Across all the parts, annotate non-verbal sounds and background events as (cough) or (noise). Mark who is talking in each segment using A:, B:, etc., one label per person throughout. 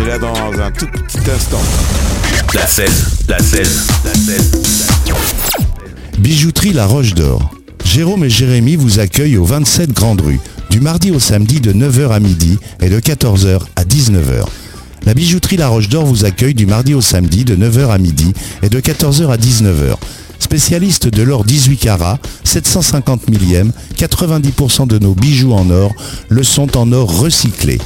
A: là dans un tout petit instant.
B: La 16, la 16, la 16.
C: Bijouterie La Roche d'Or. Jérôme et Jérémy vous accueillent au 27 Grande Rue, du mardi au samedi de 9h à midi et de 14h à 19h. La bijouterie La Roche d'Or vous accueille du mardi au samedi de 9h à midi et de 14h à 19h. Spécialiste de l'or 18 carats, 750 millièmes, 90% de nos bijoux en or le sont en or recyclé.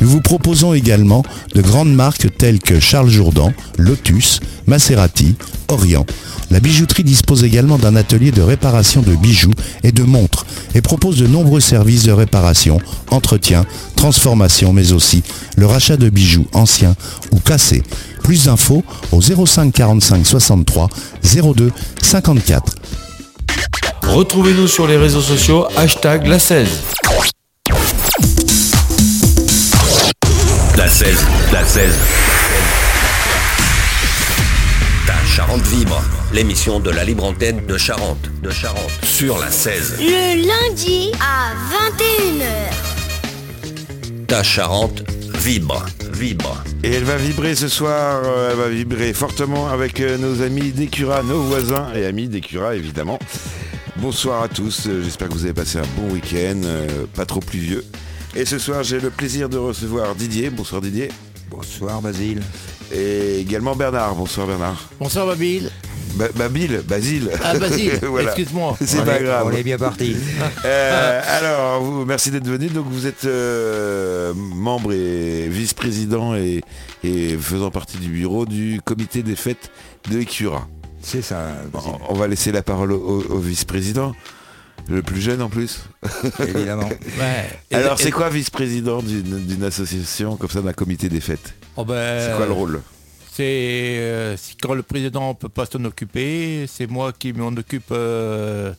C: Nous vous proposons également de grandes marques telles que Charles Jourdan, Lotus, Maserati, Orient. La bijouterie dispose également d'un atelier de réparation de bijoux et de montres et propose de nombreux services de réparation, entretien, transformation mais aussi le rachat de bijoux anciens ou cassés. Plus d'infos au 05 45 63 02 54.
D: Retrouvez-nous sur les réseaux sociaux, hashtag la 16.
B: La 16, la 16. Ta Charente vibre, l'émission de la libre antenne de Charente, de Charente, sur la 16.
E: Le lundi à 21h.
B: Ta Charente vibre, vibre.
A: Et elle va vibrer ce soir, euh, elle va vibrer fortement avec euh, nos amis d'Ecura, nos voisins et amis d'Ecura évidemment. Bonsoir à tous, euh, j'espère que vous avez passé un bon week-end, euh, pas trop pluvieux. Et ce soir j'ai le plaisir de recevoir Didier, bonsoir Didier.
F: Bonsoir Basile.
A: Et également Bernard, bonsoir Bernard.
G: Bonsoir Babil.
A: Ba- Babil, Basile.
G: Ah Basile,
A: (laughs) Voilà.
G: excuse-moi.
A: C'est
F: On
A: pas
F: est-
A: grave.
F: On est bien parti.
A: Euh, alors, vous, merci d'être venu. Donc, vous êtes euh, membre et vice-président et, et faisant partie du bureau du comité des fêtes de Ecura.
F: C'est ça. Basile,
A: On, on va laisser la parole au, au- au vice-président, le plus jeune en plus.
F: évidemment.
G: (laughs) Ouais. Et-
A: alors,
G: et-
A: c'est quoi vice-président d'une d'une association comme ça, d'un comité des fêtes
G: oh ben,
A: C'est
F: Euh.
A: quoi le rôle
G: C'est euh, si quand le président ne peut pas s'en occuper, c'est moi qui m'en occupe euh,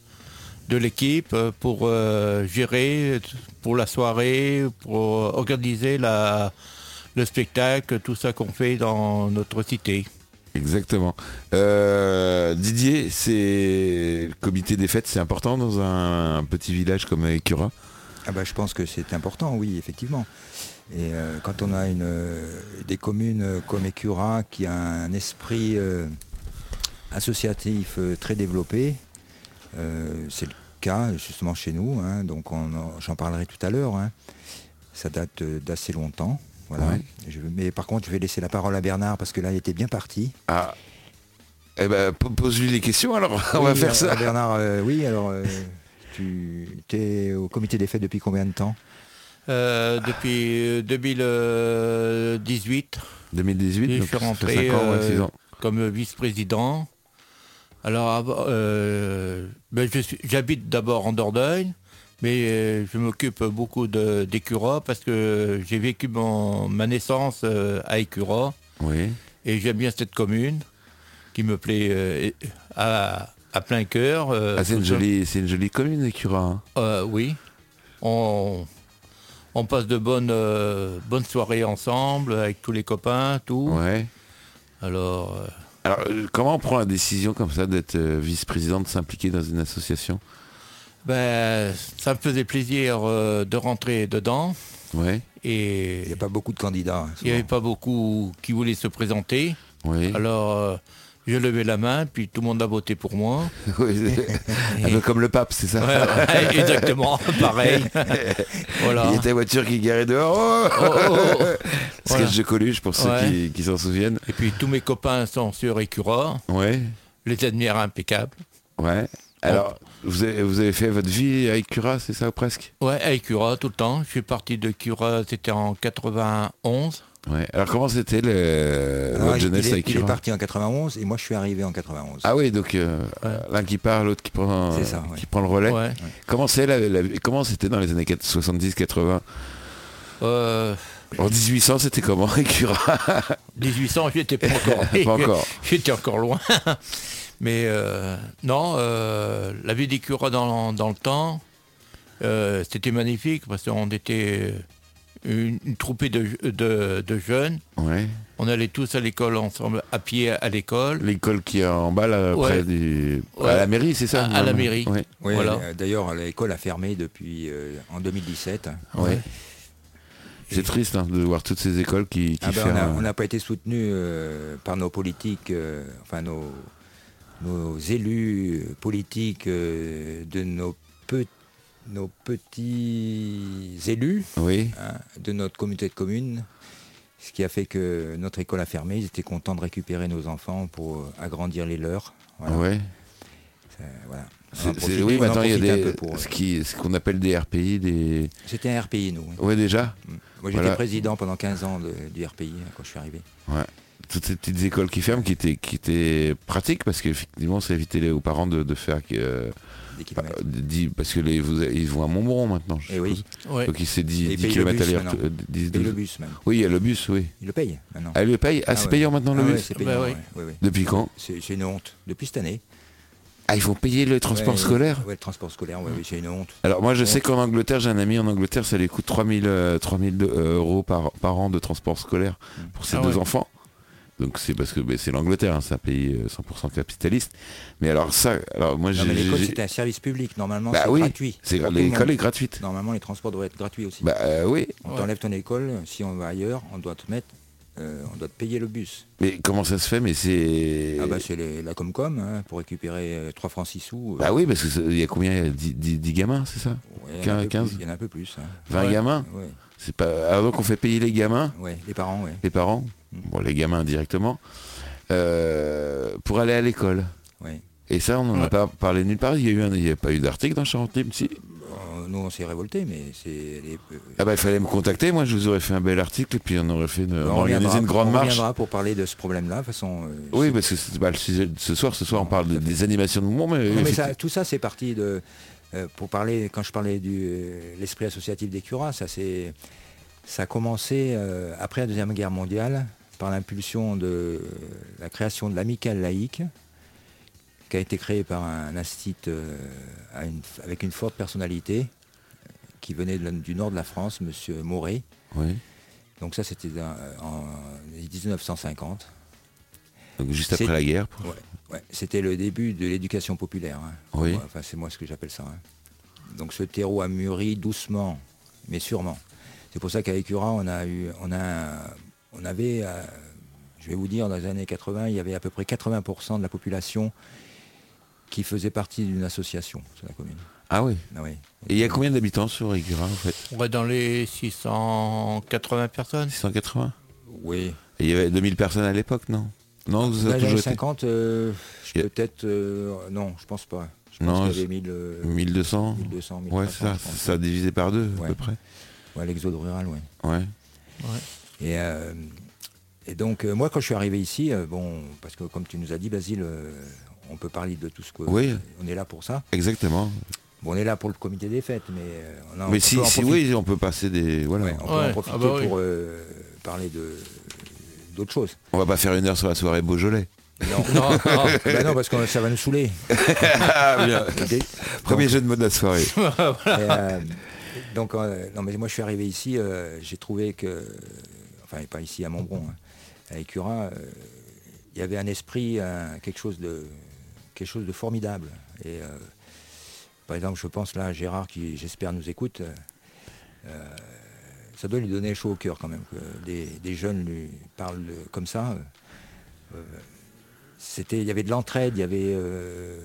G: de l'équipe euh, pour euh, gérer pour la soirée, pour euh, organiser la, le spectacle, tout ça qu'on fait dans notre cité.
A: Exactement. Euh, Didier, c'est le comité des fêtes, c'est important dans un, petit village comme Ecura.
F: Ah bah, je pense que c'est important, oui, effectivement. Et euh, quand on a une, euh, des communes euh, comme Écura qui a un esprit euh, associatif euh, très développé, euh, c'est le cas justement chez nous, hein, donc on en- j'en parlerai tout à l'heure, hein. ça date euh, d'assez longtemps. Voilà.
A: Ouais.
F: Je- mais par contre, je vais laisser la parole à Bernard parce que là, il était bien parti.
A: Ah. Eh ben, po- pose-lui les questions alors, (laughs) on
F: Oui,
A: va faire
F: euh,
A: ça.
F: Bernard, euh, oui, alors euh, tu es au comité des fêtes depuis combien de temps
G: Euh, depuis euh, 2018,
A: 2018,
G: Je
A: donc
G: suis
A: ça fait
G: rentré,
A: cinq ans, ouais,
G: euh,
A: six ans.
G: comme vice-président. Alors, av- euh, ben, je suis- j'habite d'abord en Dordogne, mais euh, je m'occupe beaucoup de- d'Écura parce que j'ai vécu mon- ma naissance euh, à Écura euh,
A: Oui.
G: et j'aime bien cette commune qui me plaît euh, et- à, à plein cœur. euh,
A: Ah, c'est, une
G: tout ça.
A: jolie, c'est une jolie commune, Écura. hein.
G: Euh, oui. On, on passe de bonnes, euh, bonnes soirées ensemble avec tous les copains, tout.
A: Ouais.
G: Alors. euh,
A: Alors, euh, comment on prend la décision comme ça d'être euh, vice-président, de s'impliquer dans une association
G: Ben, ça me faisait plaisir euh, de rentrer dedans
A: Oui.
F: Il n'y
G: et
F: a pas beaucoup de candidats. hein,
G: il n'y
F: souvent.
G: avait pas beaucoup qui voulaient se présenter.
A: Oui.
G: Alors, euh, je levais la main, puis tout le monde a voté pour moi.
A: (laughs) Oui.
G: (laughs)
A: Un peu comme le pape, c'est ça
G: Ouais, ouais, (laughs) exactement, pareil. voilà.
A: Il y a ta voiture qui garait dehors. Oh
G: Oh, oh, oh.
A: (laughs) Sketch
G: Voilà.
A: de Coluche pour ceux
G: Ouais.
A: qui, qui s'en souviennent.
G: Et puis tous mes copains sont sur Écura,
A: Ouais.
G: les admirables impeccables.
A: Ouais. Alors, vous, avez, vous avez fait votre vie à Écura, c'est ça, ou presque
G: Ouais, à Écura tout le temps. Je suis parti de Écura, c'était en 91.
A: Ouais. Alors comment c'était le...
F: Alors,
A: votre
F: Ah,
A: Euh,
F: il-
A: jeunesse
F: il, est,
A: avec
F: il est
A: Cura
F: parti en 91 et moi je suis arrivé en 91.
A: Ah oui, donc euh, l'un qui part, l'autre qui prend,
F: C'est ça, ouais.
A: qui prend le relais.
G: Ouais.
A: Comment c'est la- la- comment c'était dans les années 70-80
G: Euh,
A: En 1800, c'était comment (laughs) Cura
G: 1800, j'étais pas (laughs) encore.
A: Pas encore.
G: J'étais encore loin. (laughs) Mais euh, non, euh, la vie des curats dans, dans le temps, euh, c'était magnifique parce qu'on était une, une troupée de, de- de jeunes.
A: Ouais.
G: On allait tous à l'école ensemble, à pied à l'école.
A: L'école qui est en bas, là, près
G: Ouais.
A: du...
G: Ouais.
A: À la mairie, c'est ça
G: À- à la
A: non
G: mairie.
A: Ouais.
F: Ouais,
G: Voilà.
F: euh, D'ailleurs, l'école a fermé depuis euh, en 2017.
A: Ouais. C'est triste hein, de voir toutes ces écoles qui, qui
F: Ah ben, on
A: ferment.
F: a- on n'a pas été soutenu par nos politiques, euh, enfin nos, nos élus politiques euh, de nos, pe- nos petits élus
A: Oui.
F: hein, de notre communauté de communes, ce qui a fait que notre école a fermé. Ils étaient contents de récupérer nos enfants pour euh, agrandir les leurs. Voilà.
A: Ouais.
F: Ça, voilà. On en
A: C'est-
F: profite-
A: c'est- oui,
F: on en
A: maintenant il y a
F: profite un
A: des,
F: peu pour, euh,
A: ce qui- ce qu'on appelle des RPI, des.
F: C'était un RPI, nous. oui.
A: Ouais déjà.
F: Mm. Moi, j'étais
A: Voilà.
F: président pendant 15 ans de- du RPI hein, quand je suis arrivé.
A: Toutes ces petites écoles qui ferment, qui étaient, qui étaient pratiques parce qu'effectivement, ça évitait les- aux parents de, de faire euh,
F: Des
A: bah,
F: kilomètres.
A: dix- parce que les, vous- ils vont à Montbron maintenant. je
F: Eh oui.
A: suppose.
G: Ouais.
A: Donc il s'est
F: Et
A: dit 10
F: paye le
A: km à
F: bus,
A: l'heure.
F: maintenant.
A: euh, dix-
F: Et le
A: douze-
F: bus, même.
A: Oui, il y a le bus, oui.
F: Il le paye maintenant.
A: Ah, il le paye Ah,
F: Ah
A: c'est
F: ouais.
A: payant maintenant le
F: Ah ouais,
A: bus
F: c'est payant,
G: Bah ouais.
F: ouais, ouais, ouais.
A: Depuis quand
F: C'est c'est une honte. Depuis cette année.
A: Ah, ils vont payer le transport
F: Ouais,
A: scolaire Ah.
F: Ouais, le transport scolaire, ouais, ouais, c'est une honte.
A: Alors moi je sais qu'en Angleterre, j'ai un ami en Angleterre, ça lui coûte 3000, euh, 3000 de- euh, euros par, par an de transport scolaire pour ses
G: Ah
A: deux
G: ouais.
A: enfants. Donc c'est parce que ben, c'est l'Angleterre, hein, c'est un pays euh, 100% capitaliste. Mais alors ça, alors moi
F: Non,
A: j'ai...
F: mais l'école,
A: j'ai-
F: c'est un service public. Normalement,
A: Bah
F: c'est
A: oui,
F: gratuit.
A: c'est
F: pour
A: gra-
F: tout le
A: l'école
F: monde.
A: est gratuite.
F: Normalement, les transports doivent être gratuits aussi.
A: Bah euh, oui,
F: on
G: Ouais.
F: t'enlève ton école, si on va ailleurs, on doit te mettre, euh, on doit te payer le bus.
A: mais comment ça se fait Mais c'est...
F: Ah bah c'est les- la Comcom, hein, pour récupérer euh, 3 francs 6 sous. euh,
A: Bah oui, parce qu'il y a combien Il y a 10, 10 10 gamins, c'est ça
F: ouais, il y en a un peu
A: 15.
F: plus, Il y en a un peu plus. hein.
A: 20
G: Ouais.
A: gamins
F: Ouais,
A: C'est pas... Ah donc on fait payer les gamins
F: ouais, les parents, ouais.
A: les parents,
F: Mm.
A: bon, les gamins directement, euh, pour aller à l'école.
F: ouais.
A: Et ça, on n'en a
G: Ouais.
A: pas parlé nulle part. Il n'y a, eu un- il y a pas eu d'article dans Charente Libre, si.
F: Bon, Euh, nous on s'est révoltés, mais c'est les. euh,
A: Ah bah, il fallait me contacter. Moi, je vous aurais fait un bel article, et puis on aurait fait une, on
F: Bah, on
A: aurait organisé
F: reviendra-
A: une grande
F: on
A: marche.
F: reviendra pour parler de ce problème-là, de toute façon. euh,
A: Oui, parce que c'est pas le sujet de ce soir. Ce soir, on parle de- des animations de mouvement, mais,
F: Non, mais ça- tout ça, c'est parti de. euh, pour parler, quand je parlais de l'esprit associatif des curats, ça, c'est- ça a commencé euh, après la Deuxième Guerre mondiale par l'impulsion de euh, la création de l'amicale laïque, qui a été créée par un astite euh, à une- avec une forte personnalité, euh, qui venait de la- du nord de la France, M. Moret.
A: Oui.
F: Donc ça, c'était dans- euh, en 1950.
A: Donc, juste
F: C'est-
A: après la guerre. pour-
F: Ouais, ouais. C'était le début de l'éducation populaire. hein.
A: Oui.
F: Ouais, Enfin, c'est moi ce que j'appelle ça. hein. Donc ce terreau a mûri doucement, mais sûrement. C'est pour ça qu'à Écura, on a eu, on a, on avait, euh, je vais vous dire, dans les années 80, il y avait à peu près 80% de la population qui faisait partie d'une association sur la commune.
A: Ah oui.
F: Ah oui.
A: Et il y a combien d'habitants sur Régura, en fait
G: On va dans les 680
A: (laughs)
G: personnes.
A: 680
F: Oui.
A: Et Il y avait 2000 personnes à l'époque, non Non, vous avez
F: Dans les années
A: toujours été
F: 50, euh, je-
A: Il y a-
F: peut-être, euh, non, je pense pas. Je pense
A: Non,
F: qu'il y
A: je-
F: avait 1000, euh,
A: 1200
F: 1200,
A: Ouais,
F: 1300,
A: c'est ça,
F: je pense.
A: ça a divisé par deux, à
F: Ouais.
A: peu près.
F: Ouais, l'exode rural, oui.
A: Ouais.
F: Et, euh, et donc, euh, moi, quand je suis arrivé ici, euh, bon, parce que comme tu nous as dit, Basile, euh, on peut parler de tout ce que.
A: Oui.
F: On est là pour ça.
A: Exactement.
F: Bon, on est là pour le comité des fêtes, mais euh, on, a-
A: Mais
F: on
A: si,
F: peut en
A: si
F: profiter-
A: oui, on peut passer des. Voilà.
F: ouais, on peut
G: Ouais,
F: en profiter
G: ah bah oui.
F: pour euh, parler de
G: (laughs)
F: d'autres choses.
A: On va pas faire une heure sur la soirée Beaujolais.
F: Non, non, Bah non, parce que ça va nous saouler.
A: (laughs) Ah
F: (laughs)
A: bien.
F: Dé-
A: Premier jeu de mode de la
F: (laughs)
A: soirée.
F: Et, euh, donc, euh, non, mais moi, je suis arrivé ici, euh, j'ai trouvé que, enfin, pas ici à Montbron, hein, à Écura, euh, il y avait un esprit, un- quelque, chose de, quelque chose de formidable. Et euh, par exemple, je pense là à Gérard, qui j'espère nous écoute, euh, euh, ça doit lui donner chaud au cœur quand même, que des, des jeunes lui parlent de- comme ça. euh, euh, c'était, il y avait de l'entraide, il y avait, euh,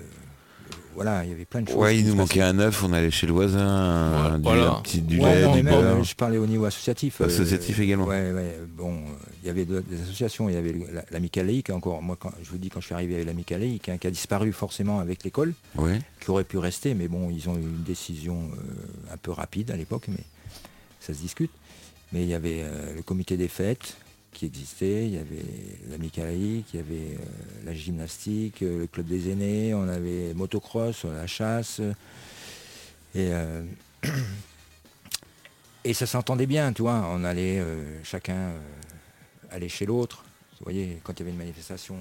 F: voilà, il y avait plein de choses.
A: Ouais,
F: qui
A: il nous
F: se passaient.
A: manquait un œuf, on allait chez le voisin, un- du,
G: voilà.
A: un petit, du
F: Ouais,
A: lait,
F: non,
A: du
F: mais même,
A: beurre.
F: euh, je parlais au niveau associatif. euh,
A: Associatif également.
F: Ouais, ouais, bon, euh, il y avait de- des associations, il y avait la- l'amicale laïque encore. Moi, quand, je vous dis, quand je suis arrivé avec l'amicale laïque, hein, qui a disparu forcément avec l'école,
A: Ouais.
F: qui aurait pu rester, mais bon, ils ont eu une décision euh, un peu rapide à l'époque, mais ça se discute. Mais il y avait euh, le comité des fêtes qui existait, il y avait l'amicale laïque, il y avait euh, la gymnastique, euh, le club des aînés, on avait motocross, euh, la chasse. euh, et, euh, (clears throat) et ça s'entendait bien, tu vois. On allait euh, chacun euh, aller chez l'autre. Vous voyez, quand il y avait une manifestation,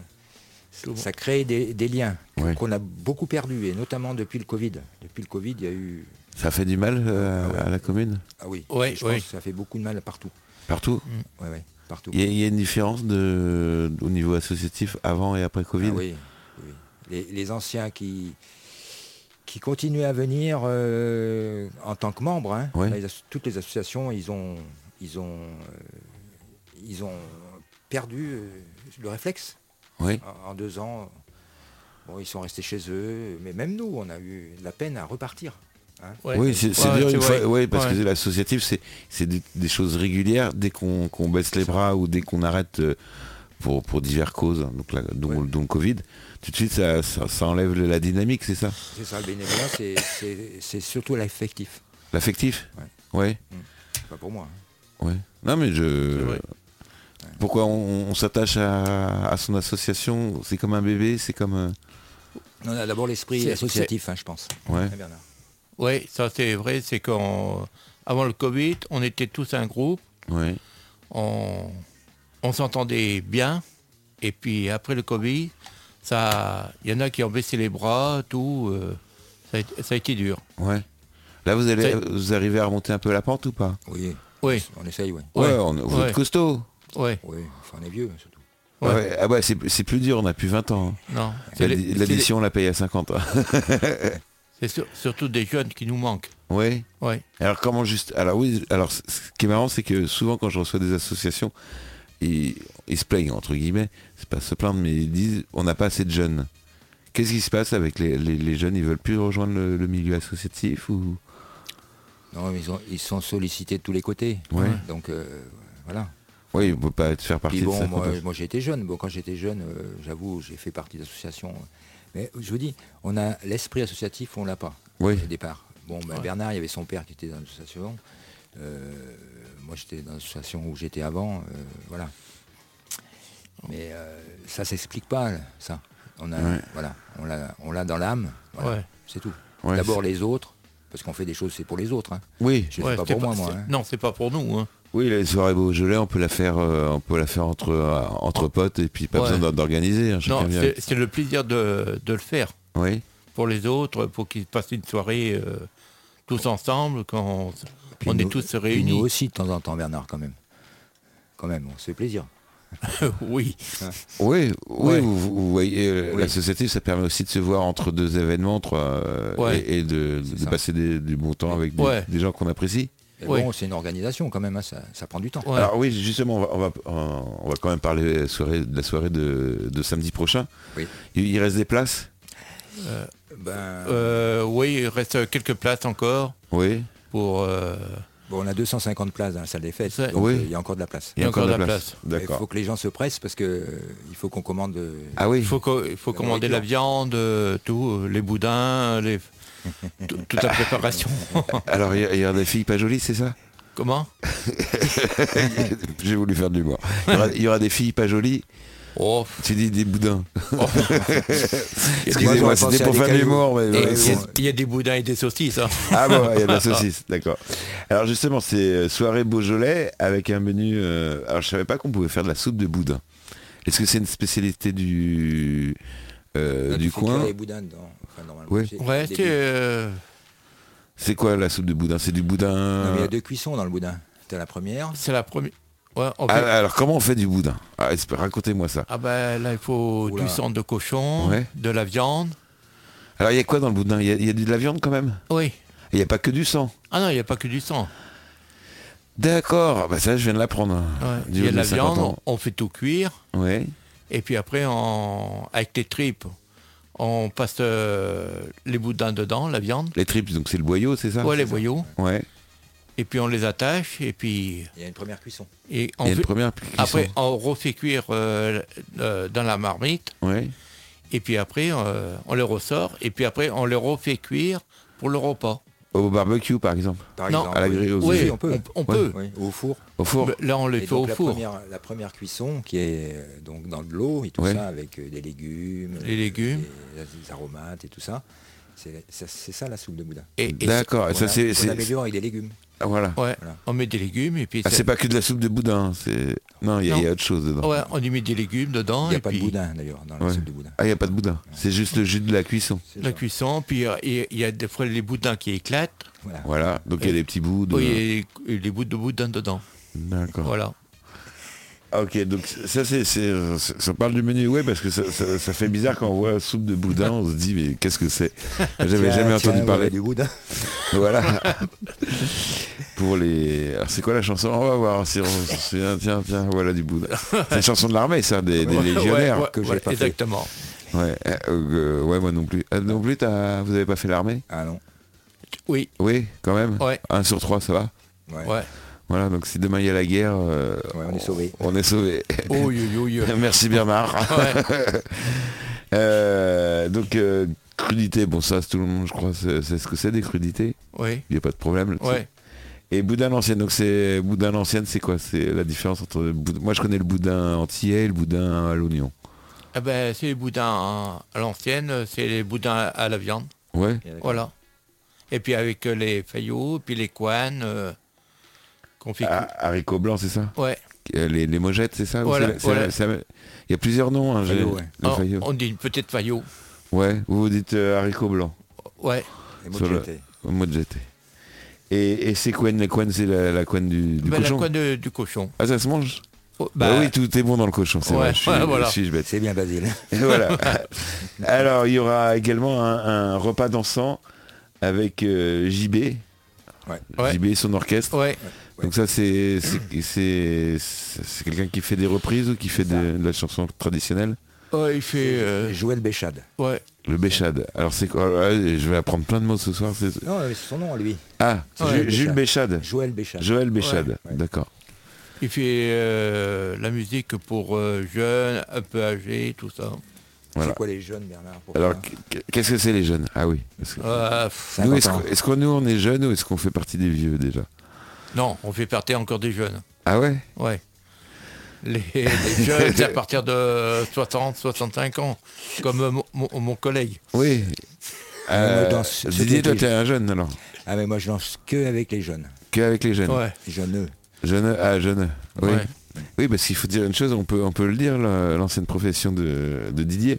G: Tout
F: ça créait des, des liens que-
A: Ouais.
F: qu'on a beaucoup perdus, et notamment depuis le Covid. Depuis le Covid, il y a eu.
A: Ça fait du mal euh,
F: Ah ouais.
A: à la commune
F: Ah oui,
G: Ouais,
F: je
G: ouais.
F: pense que ça fait beaucoup de mal partout.
A: Partout
F: Ouais, ouais, partout.
A: Il y, a- il y a une différence de, au niveau associatif avant et après Covid
F: Ah oui, oui. Les, les anciens qui, qui continuent à venir euh, en tant que membres, hein.
A: Ouais.
F: Les as- toutes les associations, ils ont, ils ont, euh, ils ont perdu euh, le réflexe.
A: Oui.
F: En, en deux ans, bon, ils sont restés chez eux, mais même nous, on a eu de la peine à repartir.
G: Ouais.
A: Oui, c'est c'est
G: Ouais,
A: dur
G: tu
A: une
G: vois.
A: fois. Oui, parce
G: Ouais.
A: que l'associatif, c'est c'est des, des choses régulières. Dès qu'on qu'on baisse les bras ou dès qu'on arrête euh, pour, pour diverses causes, hein, donc la, dont,
F: Ouais.
A: dont le Covid, tout de suite, ça, ça, ça enlève le- la dynamique, c'est ça
F: C'est ça, le bénévolat, c'est- c'est c'est surtout l'affectif.
A: L'affectif Ouais.
F: Pas pour moi. hein.
A: ouais. Non, mais
G: C'est
A: je.
G: vrai.
A: Pourquoi on, on s'attache à, à son association C'est comme un bébé, c'est comme. euh,
F: Non, on a d'abord l'esprit
G: C'est-
F: associatif, hein, je pense.
A: Ouais.
F: Hein, Bernard
G: Oui, ça c'est vrai, c'est qu'avant le Covid, on était tous un groupe,
A: Ouais.
G: on, on s'entendait bien, et puis après le Covid, ça, il y en a qui ont baissé les bras, tout, euh, ça, a, été- ça a été dur.
A: Ouais. Là, vous, allez,
G: C'est-
A: vous arrivez à remonter un peu la pente ou pas
F: Oui,
G: Oui,
F: on essaye, oui.
G: Ouais.
A: on, vous
G: Ouais.
A: êtes costaud.
G: oui,
F: Oui, enfin, on est vieux, hein, surtout.
G: Ouais.
A: Ouais. Ah ouais, c'est c'est plus dur, on a plus 20 ans. hein.
G: non. C'est
A: La-
G: les- c'est les-
A: L'addition, on la paye à 50. hein.
G: C'est sur- surtout des jeunes qui nous manquent.
A: (laughs) ouais.
G: Ouais.
A: Alors comment juste Alors oui, alors c- ce qui est marrant, c'est que souvent quand je reçois des associations, ils, ils se plaignent entre guillemets, c'est pas se plaindre, mais ils disent on n'a pas assez de jeunes. Qu'est-ce qui se passe avec les, les- les jeunes Ils veulent plus rejoindre le, le milieu associatif ou
F: Non, mais ils, ont- ils sont sollicités de tous les côtés.
A: Ouais.
F: Donc, euh, voilà.
A: Oui, ils ne peuvent pas être- faire partie
F: Puis bon,
A: de ça.
F: moi, moi, j'ai été jeune. Bon, quand j'étais jeune, euh, j'avoue, j'ai fait partie d'associations. euh, Mais je vous dis, on a l'esprit associatif, on l'a pas
A: Oui.
F: au départ. Bon, ben, Bernard, il y avait son père qui était dans l'association. Euh, moi, j'étais dans l'association où j'étais avant. euh, voilà. Mais euh, ça s'explique pas, ça. On a, voilà, on l'a, on l'a dans l'âme. Voilà.
G: Ouais.
F: C'est tout.
A: Ouais,
F: D'abord les autres, parce qu'on fait des choses, c'est pour les autres. hein.
A: Oui,
F: Je ne
G: Ouais,
F: pas
G: c'était
F: pour moi,
G: pas-
F: moi.
G: c'est-
F: hein.
G: Non, c'est pas pour nous. hein.
A: oui, les soirées Beaujolais, on peut la faire, euh, on peut la faire entre euh, entre potes et puis pas
G: Ouais.
A: besoin d'or- d'organiser. hein, chacun
G: Non,
A: vient
G: c'est
A: avec-
G: c'est le plaisir de, de le faire
A: Oui,
G: pour les autres, pour qu'ils passent une soirée euh, tous ensemble, quand on,
F: Puis
G: on
F: nous-
G: est tous
F: puis Nous
G: réunis.
F: aussi, de temps en temps, Bernard, quand même. Quand même, on se fait plaisir.
G: (laughs) oui,
A: oui, oui.
G: Ouais.
A: Vous, vous voyez, euh,
F: Oui.
A: l'associatif, ça permet aussi de se voir entre deux événements, entre, euh,
G: Ouais.
A: et, et de, de
F: ça.
A: passer des- du bon temps avec des,
G: Ouais.
A: des gens qu'on apprécie.
F: Et
G: Ouais.
F: bon, c'est une organisation quand même, hein, ça, ça prend du temps.
G: Ouais.
A: Alors oui, justement, on va, on va, on va quand même parler de la soirée, de, la soirée de, de samedi prochain.
F: Oui.
A: Il, il reste des places.
F: Ben,
G: Euh, oui, il reste quelques places encore
A: Oui.
G: pour. euh,
F: bon, on a 250 places dans la salle des fêtes,
G: C'est-
F: donc
A: Oui.
F: euh, il y a encore de la place.
G: Il y a encore de la place.
F: Il faut
A: D'accord.
F: que les gens se pressent parce que euh, il faut qu'on commande. euh,
A: Ah oui.
G: Il faut, co- il faut
F: La
G: commander la viande, euh, tout, euh, les boudins, les, tout- toute la préparation.
A: (laughs) Alors il y, a- il y a des filles pas jolies, c'est ça
G: Comment
A: (laughs) J'ai voulu faire de l'humour. Il, y aura- il y aura des filles pas jolies.
G: Oh,
A: Tu dis des boudins.
G: (laughs) il y a des-
F: Excusez-moi,
A: (laughs) Excusez-moi,
F: j'aurais pensé
A: c'était
F: à
A: pour
F: des
A: faire de
F: cailloux.
A: l'humour. mais-
G: il y a-
A: mais
G: il y a-
A: bon.
G: il y a des boudins et des saucisses. hein.
A: Ah bon, il y a
G: (laughs)
A: de la saucisse, d'accord. Alors justement, c'est euh, soirée Beaujolais avec un menu. euh, alors je savais pas qu'on pouvait faire de la soupe de boudin. Est-ce que c'est une spécialité du euh,
G: Ah,
F: on a
A: du
F: fait cuire
A: coin
F: les boudins dedans. Enfin, normalement,
A: Oui.
F: c'est-
G: Ouais,
F: c'est
G: c'est,
F: des-
G: euh,
A: C'est quoi la soupe de boudin C'est du boudin.
F: Non, mais il y a deux cuissons dans le boudin. T'as la première.
G: c'est la première. Ouais, on fait-
A: Ah, alors comment on fait du boudin Ah, esp- Racontez-moi ça.
G: Ah ben là, il faut
F: Oula.
G: du sang de cochon,
A: Ouais.
G: de la viande.
A: Alors il y a quoi dans le boudin Il y a- il y, a de la viande quand même
G: Oui.
A: Il n'y a pas que du sang.
G: Ah non, il n'y a pas que du sang.
A: D'accord, bah ça je viens de l'apprendre.
G: Ouais.
A: Du
G: Il y
A: haut
G: a de la
A: 50
G: viande,
A: ans.
G: on fait tout cuire.
A: Ouais.
G: Et puis après, on- avec les tripes, on passe euh, les boudins dedans, la viande.
A: Les tripes, donc c'est le boyau, Ah, c'est ça
G: ouais, les boyaux.
A: Ouais.
G: Et puis on les attache. Et puis
F: Il y a une première cuisson.
G: et
A: Il
G: on
A: y a une
G: fait-
A: première cuisson.
G: après, on refait cuire euh, euh, dans la marmite.
A: Ouais.
G: Et puis après, euh, on les ressort. Et puis après, on les refait cuire pour le repas.
A: Au barbecue par exemple.
F: Par
G: Non,
F: exemple,
A: à la
F: oui.
A: grille aux
F: Oui,
A: œufs.
F: on peut.
G: On, on
A: Ouais.
G: peut.
F: Oui, au four.
A: Au four.
G: Mais Là, on les
F: Et
G: fait
F: donc,
G: au
F: la,
G: four.
F: Première, la première cuisson qui est euh, donc dans de l'eau et tout
A: Ouais.
F: ça avec euh, des légumes,
G: Les
F: euh,
G: légumes.
F: des, des aromates et tout ça. C'est ça, c'est ça, la soupe de boudin.
G: Et, et
A: D'accord, et
F: Voilà,
A: ça c'est.
F: qu'on
A: c'est-
F: améliore avec des légumes.
A: ah, Voilà.
G: Ouais,
F: Voilà.
G: on met des légumes et puis
A: Ah,
G: ça-
A: c'est pas que de la soupe de boudin, hein, c'est. Non, il y, a- il y a autre chose dedans.
G: ouais, on y met des légumes dedans
F: Il n'y a
G: et
F: pas
G: puis
F: de boudin d'ailleurs dans
A: Ouais.
F: la soupe de boudin.
A: Ah, il n'y a pas de boudin. C'est juste le jus de la cuisson.
F: C'est
G: la
F: ça.
G: cuisson, puis euh, il il y a des fois les boudins qui éclatent,
F: Voilà.
A: Voilà. Donc il y a des petits bouts de.
G: oui, et, et les bouts de boudin dedans.
A: D'accord.
G: Voilà.
A: Ah, Ok, donc ça c'est. c'est- c'est- On parle du menu, ouais, parce que ça, ça- ça fait bizarre quand on voit soupe de boudin, on se dit mais
G: (laughs)
A: qu'est-ce que c'est J'avais
F: Tiens,
A: jamais
F: tiens,
A: entendu
G: (laughs)
F: voilà
A: parler.
F: du boudin.
A: Voilà. pour les. Alors, c'est quoi la chanson On va voir si on se souvient. Tiens, tiens, voilà du bout. C'est une chanson de l'armée, ça, des, des légionnaires.
G: Ouais, ouais,
F: que j'ai
G: ouais,
F: pas fait.
G: exactement.
A: Ouais, euh, euh, ouais, moi non plus. Euh, non plus, t'as- vous avez pas fait l'armée
F: (laughs) Ah non.
G: Oui,
A: Oui, quand même
G: Ouais.
A: Un sur trois, ça va
F: Ouais.
G: ouais.
A: Voilà, donc si demain il y a la guerre, euh,
F: Ouais, on est sauvés.
A: on est sauvés.
G: Oh, yo, yo, yo.
A: (laughs) Merci Bernard. Euh, donc, euh, crudité, bon, ça, c'est tout le monde, je crois, c'est c'est ce que c'est des crudités.
G: Oui,
A: Il n'y a pas de problème. là-dessus.
G: ouais.
A: Et boudin à l'ancienne, donc c'est boudin à l'ancienne, c'est quoi C'est la différence entre le boudin- moi je connais le boudin antillais et le boudin à l'oignon.
G: Eh ben, c'est les boudins à l'ancienne, c'est les boudins à- à la viande.
A: Ouais.
G: Voilà. Et puis avec euh, les faillots, puis les couanes, euh, qu'on fait
A: Ah, haricots blancs, c'est ça
G: cou- Ouais.
A: Euh, les, les mojettes, c'est ça Ou
G: Voilà,
A: c'est la- c'est
G: voilà.
A: la- c'est la- Il y a plusieurs noms. hein, j'ai-
F: Faillot, ouais.
A: le
G: Ah,
A: faillot.
G: on dit une petite faillot.
A: Ouais. Vous vous dites euh, haricots blancs.
G: Ouais.
F: Et
A: Oh,
F: moi,
A: Sur
F: j'y
A: le-
F: étais.
A: Mojette. Et, et c'est quoi une- la couenne C'est la, la couenne du, du
G: Ben, la
A: cochon
G: couenne de- du cochon.
A: Ah, ça se mange
G: Oh,
A: bah,
G: bah,
A: oui, tout est bon dans le cochon, c'est
G: Ouais,
A: vrai. Je suis,
G: ouais, voilà.
A: je suis bête.
F: C'est
A: (laughs)
F: bien Basile.
A: Et
G: (laughs)
A: voilà. Alors, il y aura également un, un repas dansant avec euh, JB.
F: Ouais.
G: Ouais.
A: JB et son orchestre.
G: Ouais.
A: Donc ça, c'est c'est- c'est c'est quelqu'un qui fait des reprises ou qui fait de, de la chanson traditionnelle
G: Ouais, il fait. euh,
F: Joël Béchade.
G: ouais.
A: Le Béchade. Alors c'est quoi Ah, Je vais apprendre plein de mots ce soir. c'est-
F: Non, mais c'est son nom, lui.
A: Ah,
F: C'est
A: Ju-
F: Joël
A: Jules Béchade.
F: Joël Béchade.
A: Joël Béchade,
F: Ouais.
A: d'accord.
G: Il fait euh, la musique pour euh, jeunes, un peu âgés, tout ça.
A: Voilà.
F: C'est quoi les jeunes, Bernard pour
A: Alors
F: toi
A: qu- qu'est-ce que c'est les jeunes Ah oui. parce que-
G: Euh, pff,
A: Nous, est-ce
F: 50 ans.
A: qu'on est-ce qu'on- nous on est jeunes ou est-ce qu'on fait partie des vieux déjà
G: non, on fait partir encore des jeunes.
A: Ah ouais
G: Ouais. (laughs) Les, les jeunes, (laughs) c'est à partir de 60, 65 ans, comme euh, mon- mon- mon collègue.
A: Oui.
F: Euh,
A: Euh,
F: dans ce-
A: Didier,
F: ce
A: toi
F: pays.
A: t'es un jeune alors
F: Ah, mais moi, je lance que avec les jeunes.
A: Qu'avec les jeunes.
G: Ouais.
F: Les Jeunes.
A: Jeune, ah jeune. Oui.
G: Ouais.
A: Oui, parce qu'il faut dire une chose, on peut, on peut le dire, là, l'ancienne profession de, de Didier.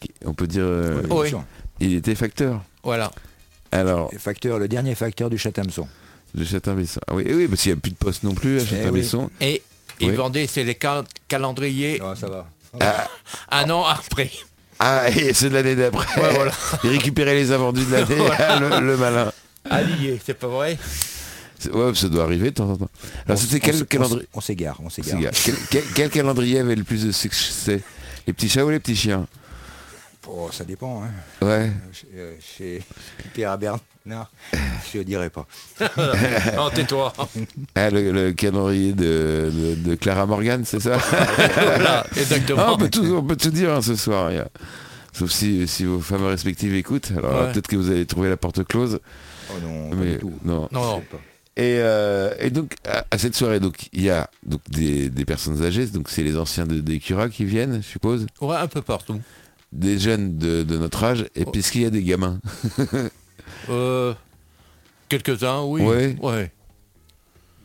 A: Qui- On peut dire, euh,
G: Oh. Oui.
F: Bien sûr.
A: il était facteur.
G: Voilà.
A: Alors,
F: Le Facteur, le dernier facteur du Chat-Hameçon.
A: de Châtain-Besson. Ah oui, eh oui, parce qu'il n'y a plus de poste non plus à Châtain-Besson.
G: Et ils
A: Oui.
G: vendaient, c'est les cal- calendriers
F: Non, ça va.
G: un an après.
A: Ah, et c'est de l'année d'après. (laughs)
G: Ouais, voilà.
A: Il récupérait les invendus de (laughs) l'année, ah, le, le malin.
G: Alliés, Ah. c'est pas vrai
A: C'est- Ouais, ça doit arriver de temps en temps. Alors, c'était
F: On s-
A: quel
F: on s-
A: calendrier
F: On s'égare, on
A: C'est
F: s'égare.
A: gars. quel, quel- quel calendrier avait le plus de succès Les petits chats ou les petits chiens
F: Oh, ça dépend. Hein.
A: Ouais.
F: Chez- euh, Chez Pierre à Bernard, je dirais pas.
G: (laughs) Non, tais-toi.
A: Ah, le, le calendrier de, de- de Clara Morgan, c'est ça (laughs)
G: (laughs) Voilà,
A: Ah,
G: exactement.
A: on, peut tout, on peut tout dire hein, ce soir. il y a- Sauf si, si vos femmes respectives écoutent. Alors
G: Ouais.
A: peut-être que vous allez trouver la porte close.
F: Oh non, pas
A: Mais
F: du tout.
A: non.
G: Non, non.
F: Je sais pas.
A: Et, euh, et donc à, à cette soirée, donc il y a donc des, des personnes âgées. Donc c'est les anciens de, des curas qui viennent, je suppose.
G: Ouais, un peu partout.
A: Des jeunes de, de notre âge. Et puis est-ce qu'il y a des gamins
G: Euh, Quelques-uns, oui.
A: Ouais.
G: Ouais.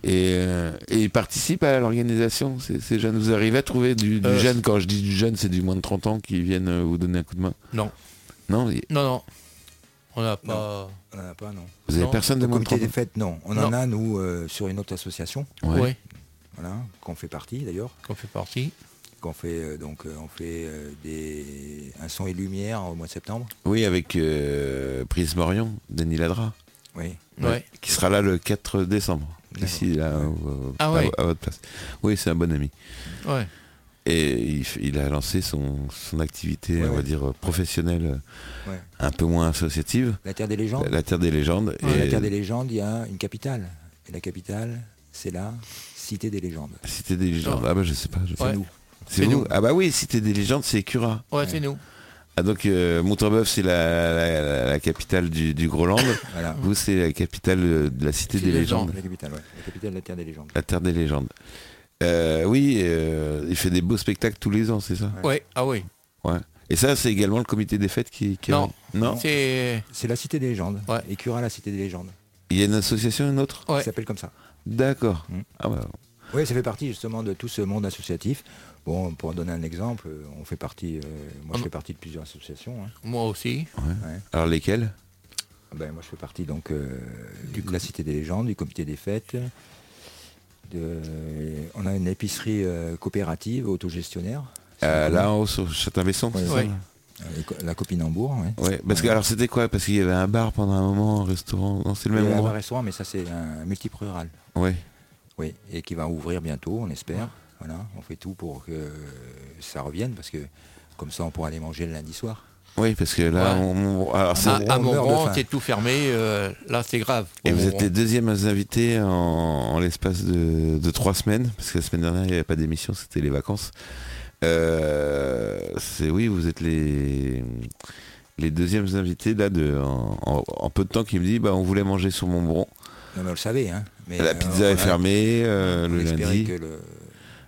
A: et, euh, et ils participent à l'organisation. Ces, ces jeunes, vous arrivez à trouver du, du
G: Euh.
A: jeune. Quand je dis du jeune, c'est du moins de 30 ans qui viennent euh, vous donner un coup de main.
G: Non.
A: Non, y-
G: Non, non. On n'a pas.
F: On en a pas, non.
A: vous avez
G: Non.
A: personne de
F: Au
A: moins de 30
F: comité des
A: ans.
F: fêtes, non. On en
G: Non.
F: a, nous, euh, sur une autre association,
A: Ouais.
G: Oui,
F: voilà, qu'on fait partie d'ailleurs.
G: qu'on fait partie.
F: Qu'on fait, euh, donc, euh, on fait euh, des... un son et lumière au mois de septembre.
A: Oui, avec euh, Prise Morion, Denis Ladra.
F: Oui.
G: Ouais.
A: qui sera là le 4 décembre.
F: D'accord.
A: Ici, là, au-
G: Ah
A: à,
G: ouais.
A: à votre place. Oui, c'est un bon ami.
G: Ouais.
A: Et il, f- il a lancé son, son activité,
F: Ouais,
A: on va
F: ouais.
A: dire, euh, professionnelle, euh,
F: Ouais.
A: un peu moins associative,
F: La Terre des légendes.
A: la, la Terre des légendes.
F: Et la
A: et
F: Terre des légendes, il y a une capitale. Et la capitale, c'est la Cité des légendes.
A: Cité des légendes. Ah bah je sais pas. je-
G: Ouais.
F: nous.
A: C'est nous. Ah bah oui, Cité des légendes, c'est Cura.
G: Ouais, c'est nous.
A: Ah donc euh, Montreboeuf, c'est la, la- la- la capitale du, du Groland.
F: Voilà.
A: Vous, c'est la capitale euh, de la Cité
G: C'est
A: des
G: les
A: légendes.
F: La capitale, ouais. La capitale de la Terre des légendes.
A: La Terre des légendes. Euh, oui, euh, il fait des beaux spectacles tous les ans, c'est ça
G: Ouais. Ah oui.
A: Ouais. Et ça, c'est également le comité des fêtes qui... qui-
G: Non.
A: Non
G: C'est.
F: C'est la Cité des légendes.
G: Ouais.
F: Et Cura, la Cité des légendes.
A: Il y a une association, une autre
G: Ouais.
F: Ça s'appelle comme ça.
A: D'accord.
F: Mm.
A: Ah bah,
F: Oui, ça fait partie justement de tout ce monde associatif. Bon, pour en donner un exemple, euh, on fait partie, euh, moi je fais partie de plusieurs associations. hein.
G: Moi aussi.
A: alors lesquelles
F: Ah Ben, moi je fais partie donc euh, de la Cité des légendes, du comité des fêtes. De... On a une épicerie euh, coopérative autogestionnaire.
A: Euh, Là en haut, sur Châtain-Besson, c'est
F: Ouais.
A: ça
G: Ouais.
F: Les co- La copine Hambourg, oui.
A: Ouais, parce que alors c'était quoi Parce qu'il y avait un bar pendant un moment, un restaurant. Non, c'est le
F: Il y
A: même
F: a un
A: endroit.
F: restaurant, mais ça c'est un multiple rural.
A: Ouais.
F: Oui, et qui va ouvrir bientôt, on espère. Voilà, on fait tout pour que ça revienne, parce que comme ça on pourra aller manger le lundi soir.
A: Oui, parce que là,
G: Ouais.
A: on, on- alors ça-
G: À, Ah, à
F: on meurt de
G: Montbron,
F: faim.
G: c'est tout fermé. euh, là, c'est grave. Ah
A: et vous
G: Au
A: êtes les
G: Montbron.
A: deuxièmes invités en, en l'espace de, de trois semaines, parce que la semaine dernière il n'y avait pas d'émission, c'était les vacances. Euh, c'est oui, vous êtes les les deuxièmes invités là de en, en- en peu de temps qui me dit bah on voulait manger sur Montbron.
F: Non mais on le savait, hein. Mais,
A: La
F: euh,
A: pizza est
F: voilà,
A: fermée euh,
F: on
A: le
F: espérait
A: lundi.
F: que le-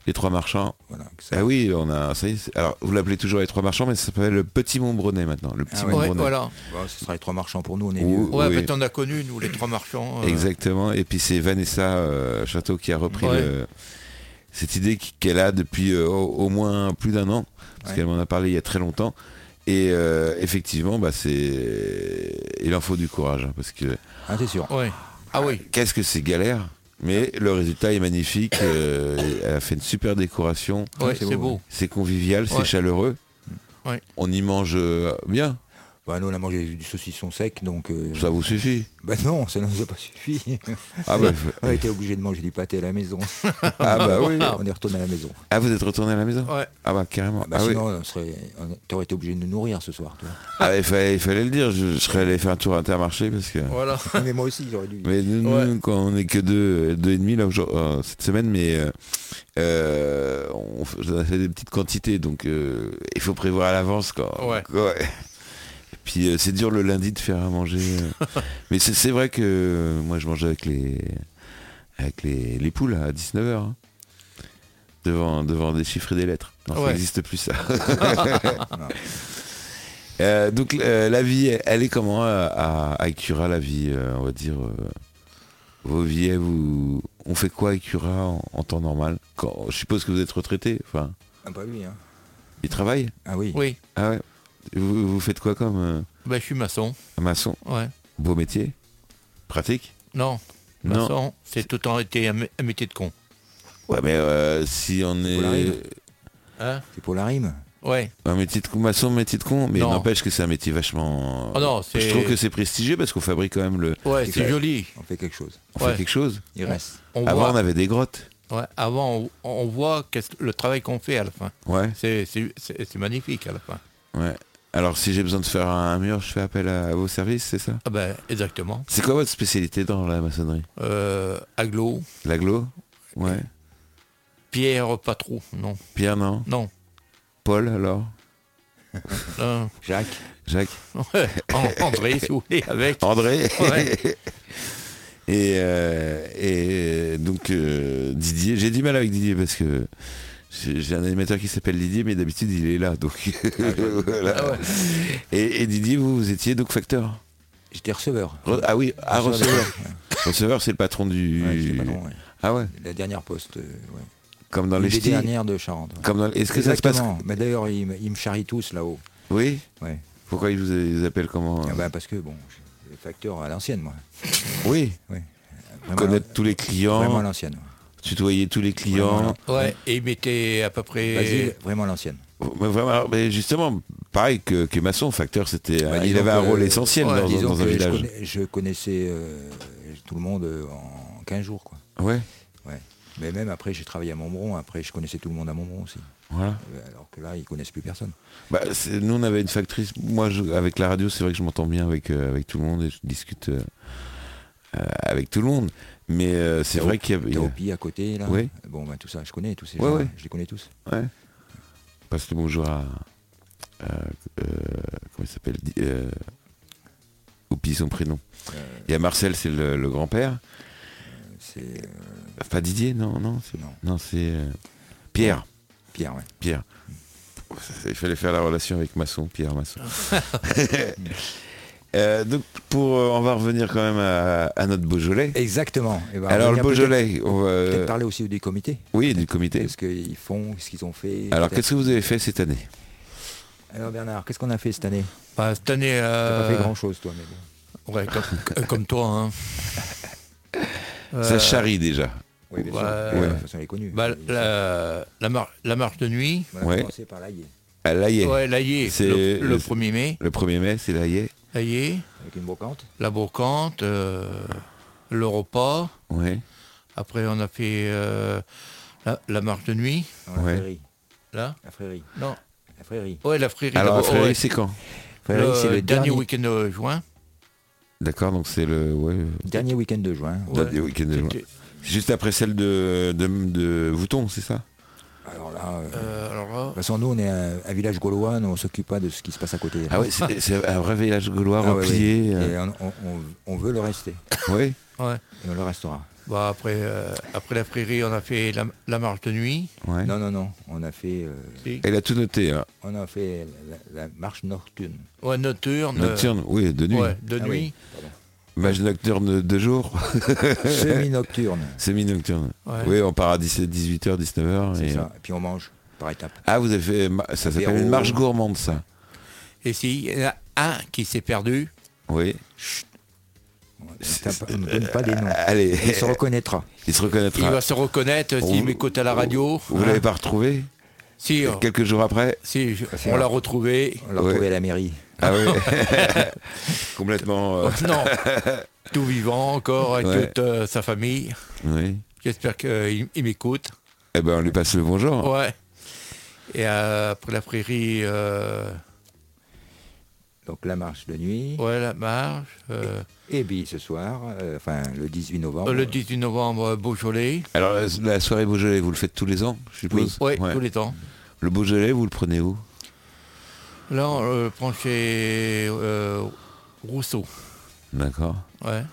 A: Les trois marchands.
F: voilà, que ça-
A: Ah oui, on a ça y est, c'est- Alors vous l'appelez toujours les trois marchands, mais ça s'appelle le petit Montbronnet maintenant. Le petit
F: Ah
G: Ouais,
F: ouais.
A: Montbronnet.
G: voilà.
F: Bon, ce sera les trois marchands pour nous, on est
A: Ou-
F: vieux.
G: Ouais,
A: oui.
G: en fait, on a connu, nous, les trois marchands. euh,
A: Exactement. Et puis c'est Vanessa euh, Château qui a repris
G: Ouais.
A: le- cette idée qui- qu'elle a depuis euh, au, au moins plus d'un an, parce
F: Ouais.
A: qu'elle m'en a parlé il y a très longtemps. Et euh, effectivement, bah, c'est il en faut du courage, hein, parce que
F: Ah, c'est sûr.
G: ouais. Ah oui.
A: qu'est-ce que c'est galère, mais le résultat est magnifique. euh, elle a fait une super décoration.
G: Ouais,
F: Ouais, c'est
G: c'est
F: beau,
G: beau.
A: Ah, C'est convivial, c'est
G: Ouais.
A: chaleureux.
G: Ouais.
A: On y mange euh, bien,
F: Bah, nous on a mangé du saucisson sec, donc... euh,
A: ça vous suffit.
F: Bah non, ça ne nous a pas suffi.
A: Ah bah,
F: on a été obligé de manger du pâté à la maison.
A: ah bah oui.
F: (laughs) on est retourné à la maison.
A: Ah vous êtes retourné à la maison
G: Ouais.
A: Ah bah carrément.
F: Ah, bah,
A: Ah oui.
F: sinon, on serait... on- t'aurais été obligé de nous nourrir ce soir, toi.
A: Ah, il, fallait, il fallait le dire, je, je serais allé faire un tour à intermarché parce que.
G: Voilà.
F: (laughs) mais moi aussi, j'aurais dû.
A: Mais nous,
G: Ouais.
A: nous, quand on est que deux, deux et demi là, aujourd'hui- euh, cette semaine, mais euh, euh, on, f- on a fait des petites quantités, donc euh, il faut prévoir à l'avance quoi.
G: Ouais.
A: Et puis euh, c'est dur le lundi de faire à manger.
G: (laughs)
A: euh. mais c'est c'est vrai que euh, moi je mangeais avec les avec les, les poules à 19h. hein. Devant, devant des chiffres et des lettres. Non,
G: Ouais.
A: ça n'existe plus ça. (laughs) Euh, donc euh, la vie, elle- elle est comment euh, à, à Cura la vie, euh, on va dire euh, Vos vies, elles vous, on fait quoi à Cura en, en temps normal Quand, Je suppose que vous êtes retraité. Enfin,
F: Ah, bah oui, hein.
A: il travaille.
F: Ah oui.
G: Oui.
A: Ah ouais. Vous, vous faites quoi comme euh,
G: Bah, je suis maçon.
A: maçon
G: Ouais.
A: Beau métier, pratique.
G: Non.
A: Non.
G: Maçon, c'est tout le temps été un, mé- un métier de con.
A: Ouais, mais euh, si on
F: Faut la
A: est
F: rime.
G: Hein
F: C'est pour la rime.
G: ouais.
A: un métier de con, maçon, métier de con, mais
G: Non.
A: n'empêche que c'est un métier vachement.
G: Oh non,
A: je
G: c'est-
A: trouve que c'est prestigieux parce qu'on fabrique quand même le.
G: Ouais,
F: Ouais.
G: c'est joli.
F: On fait quelque chose.
A: On
G: Ouais.
A: fait quelque chose.
F: Il reste.
G: On
A: Avant, on
G: voit,
A: avait des grottes.
G: ouais, avant, on, on voit qu'est-ce- le travail qu'on fait à la fin.
A: Ouais.
G: C'est- C'est c'est- c'est magnifique à la fin.
A: Ouais. Alors si j'ai besoin de faire un mur, je fais appel à, à vos services, c'est ça
G: Ah ben, exactement.
A: C'est quoi votre spécialité dans la maçonnerie
G: Euh, aglo,
A: L'aglo Ouais.
G: Pierre, pas trop. Non,
A: Pierre, non
G: non.
A: Paul, alors
G: Euh,
F: Jacques,
A: Jacques
G: ouais, en- André, si vous voulez, avec.
A: André (laughs)
G: Ouais.
A: et, euh, et donc euh, Didier, j'ai du mal avec Didier parce que j'ai j'ai un animateur qui s'appelle Didier, mais d'habitude il est là, donc (laughs) voilà.
G: Ah ouais.
A: et, et Didier, vous, vous étiez donc facteur
F: j'étais receveur.
A: Re- Ah oui, à receveur. receveur, c'est le patron du.
F: Ouais, c'est pas long, ouais.
A: Ah ouais,
F: La dernière poste. euh, ouais.
A: comme dans les
F: Une des
A: ch'tis.
F: dernières de Charente. ouais.
A: Comme dans- Est-ce que ça se passe
F: Exactement. Mais d'ailleurs, ils, me- ils me charrient tous là-haut.
A: Oui
F: Ouais.
A: Pourquoi ils vous ils appellent comment
F: Ah bah, parce que bon, je- le facteur à l'ancienne, moi.
A: Oui,
F: Vraiment
A: connaître tous les
F: à- Ah bah. Vraiment à
A: clients,
F: l'ancienne.
A: tutoyer tous les clients.
F: Vraiment.
G: Ouais, et il mettait à peu
F: Basile,
G: près.
F: vraiment à l'ancienne.
A: Mais, vraiment, alors, mais justement, pareil que, que Masson, facteur, c'était,
F: Bah,
A: un- il
F: disons
A: avait un
F: que-
A: rôle essentiel
G: ouais,
A: dans,
F: Disons
A: dans un
F: que je,
A: village.
F: connais- je connaissais euh, tout le monde euh, en 15 jours, quoi.
A: Ouais,
F: Ouais. Mais même après, j'ai travaillé à Montbron. Après, je connaissais tout le monde à Montbron aussi.
A: voilà.
F: Euh, Alors que là, ils connaissent plus personne.
A: Bah, c'est- nous, on avait une factrice. Moi, je- avec la radio, c'est vrai que je m'entends bien avec, euh, avec tout le monde et je discute euh, euh, avec tout le monde. Mais euh, c'est
F: Tao-
A: vrai qu'il y avait. il y a-
F: Taopi à côté, là.
A: Oui.
F: Bon, ben tout ça, je connais tous ces
A: Ouais,
F: gens.
A: ouais.
F: Je les connais tous.
A: Ouais. Passe le bonjour à. à, euh, comment il s'appelle Di- euh, Oublie son prénom.
F: Euh.
A: Il y a Marcel, c'est le, le grand-père.
F: C'est euh,
A: Pas Didier, non, non. c'est-
F: Non.
A: Non, c'est. euh, Pierre.
F: Pierre, ouais.
A: Pierre. Il fallait faire la relation avec Masson, Pierre (laughs) Masson. Euh, donc, pour, euh, on va revenir quand même à, à notre Beaujolais.
F: Exactement. Eh ben,
A: Alors,
F: on
A: le
F: va peut-être-
A: Beaujolais, euh, on va-
F: Peut-être parler aussi des comités.
A: oui, du comité.
F: Qu'est-ce qu'ils font, ce qu'ils ont fait.
A: Alors,
F: peut-être.
A: qu'est-ce que vous avez fait cette année
F: Alors Bernard, qu'est-ce qu'on a fait cette année
G: Bah, cette année.
F: T'as pas fait
G: Euh,
F: grand-chose, toi, mais bon.
G: ouais, comme, comme toi. Hein.
A: Ça charrie déjà.
F: Oui, bien sûr.
G: ouais.
F: Ouais, De toute façon, elle est connue.
G: Bah,
F: Elle est-
G: la, la mar- la marche de nuit,
F: Voilà,
A: Ouais.
F: commencer par là, il est.
A: À Laillé.
G: Ouais, l'Aillé,
A: C'est-
G: le, le
A: le-
G: 1er mai.
A: Le 1er mai, c'est Laillé.
G: L'Aillé,
F: Avec une brocante.
G: la Bourcante, euh, le repas.
A: Ouais.
G: Après, on a fait euh, la, la marche de nuit,
F: Dans Ah la
A: Ouais.
F: frérie.
G: là.
F: La frérie.
G: Non.
F: La frérie.
G: Ouais, la frérie.
A: Alors,
G: d'abord,
A: Frérie,
G: ouais.
A: c'est quand
F: La
G: le,
F: frérie, c'est le
G: dernier
F: dernier,
G: week-end de juin.
A: D'accord, donc c'est le. ouais, euh,
F: dernier week-end de juin.
G: Ouais.
A: dernier week-end de juin.
G: C'était-
A: C'est Juste après celle de, de, de Vouton, c'est ça
F: Alors là, euh, de
G: euh, alors
F: toute
G: là,
F: façon, nous, on est un, un village gaulois, nous, on s'occupe pas de ce qui se passe à côté.
A: Ah ouais, c'est c'est un vrai village gaulois
F: Ah ouais,
A: replié.
F: ouais.
A: euh,
F: Et on, on- on- on veut le rester.
A: ouais.
G: ouais.
F: Et on le restera.
G: Bah, après, euh, après la frérie, on a fait la, la marche de nuit.
A: ouais.
F: Non, non, non. On a fait, euh,
G: Si.
A: Elle a tout noté. hein.
F: on a fait la, la marche nocturne.
G: Ouais, nocturne. euh,
A: Nocturne, oui, de nuit.
G: Ouais, de
F: Ah
G: nuit.
F: oui.
A: Mage nocturne de jour, (laughs)
F: Semi-nocturne.
A: semi-nocturne.
G: Ouais.
A: Oui, on part à 18h, 19h.
F: C'est ça. Et puis on mange par étapes.
A: euh, Ah, vous avez fait. ma- Ça s'appelle
F: Apéro.
A: une marche gourmande, ça.
G: Et s'il y en a un qui s'est perdu,
A: Oui.
F: C'est un peu- On ne donne pas des noms.
A: (laughs) Allez,
F: Il se reconnaîtra.
A: il se
G: il
A: reconnaîtra.
G: va se reconnaître euh,
A: Ah. Vous-
G: s'il m'écoute à la radio.
A: Vous
G: hein.
A: l'avez pas Ah, retrouvé
G: Si, euh,
A: Quelques jours
G: (laughs)
A: après
G: si je-
F: c'est
G: on
F: vrai.
G: l'a retrouvé.
F: On l'a
A: Ouais.
F: retrouvé à la mairie.
A: Ah oui. (laughs) Complètement. euh,
G: (laughs) Non, tout vivant encore, avec
A: Ouais.
G: toute euh, sa famille.
A: oui.
G: J'espère qu'il il m'écoute.
A: Eh ben, on lui passe le bonjour.
G: Ouais. Et euh, après la prairie, euh,
F: Donc la marche de nuit.
G: ouais, la marche. euh,
F: Et puis ce soir, euh, enfin le 18 novembre.
G: le 18 novembre, euh, Beaujolais.
A: Alors, la, la soirée Beaujolais, vous le faites tous les ans, je suppose
G: Ouais,
A: Ouais.
G: tous les temps.
A: Le Beaujolais, vous le prenez où
G: Là, on le prend chez euh, Rousseau.
A: D'accord.
G: Ouais.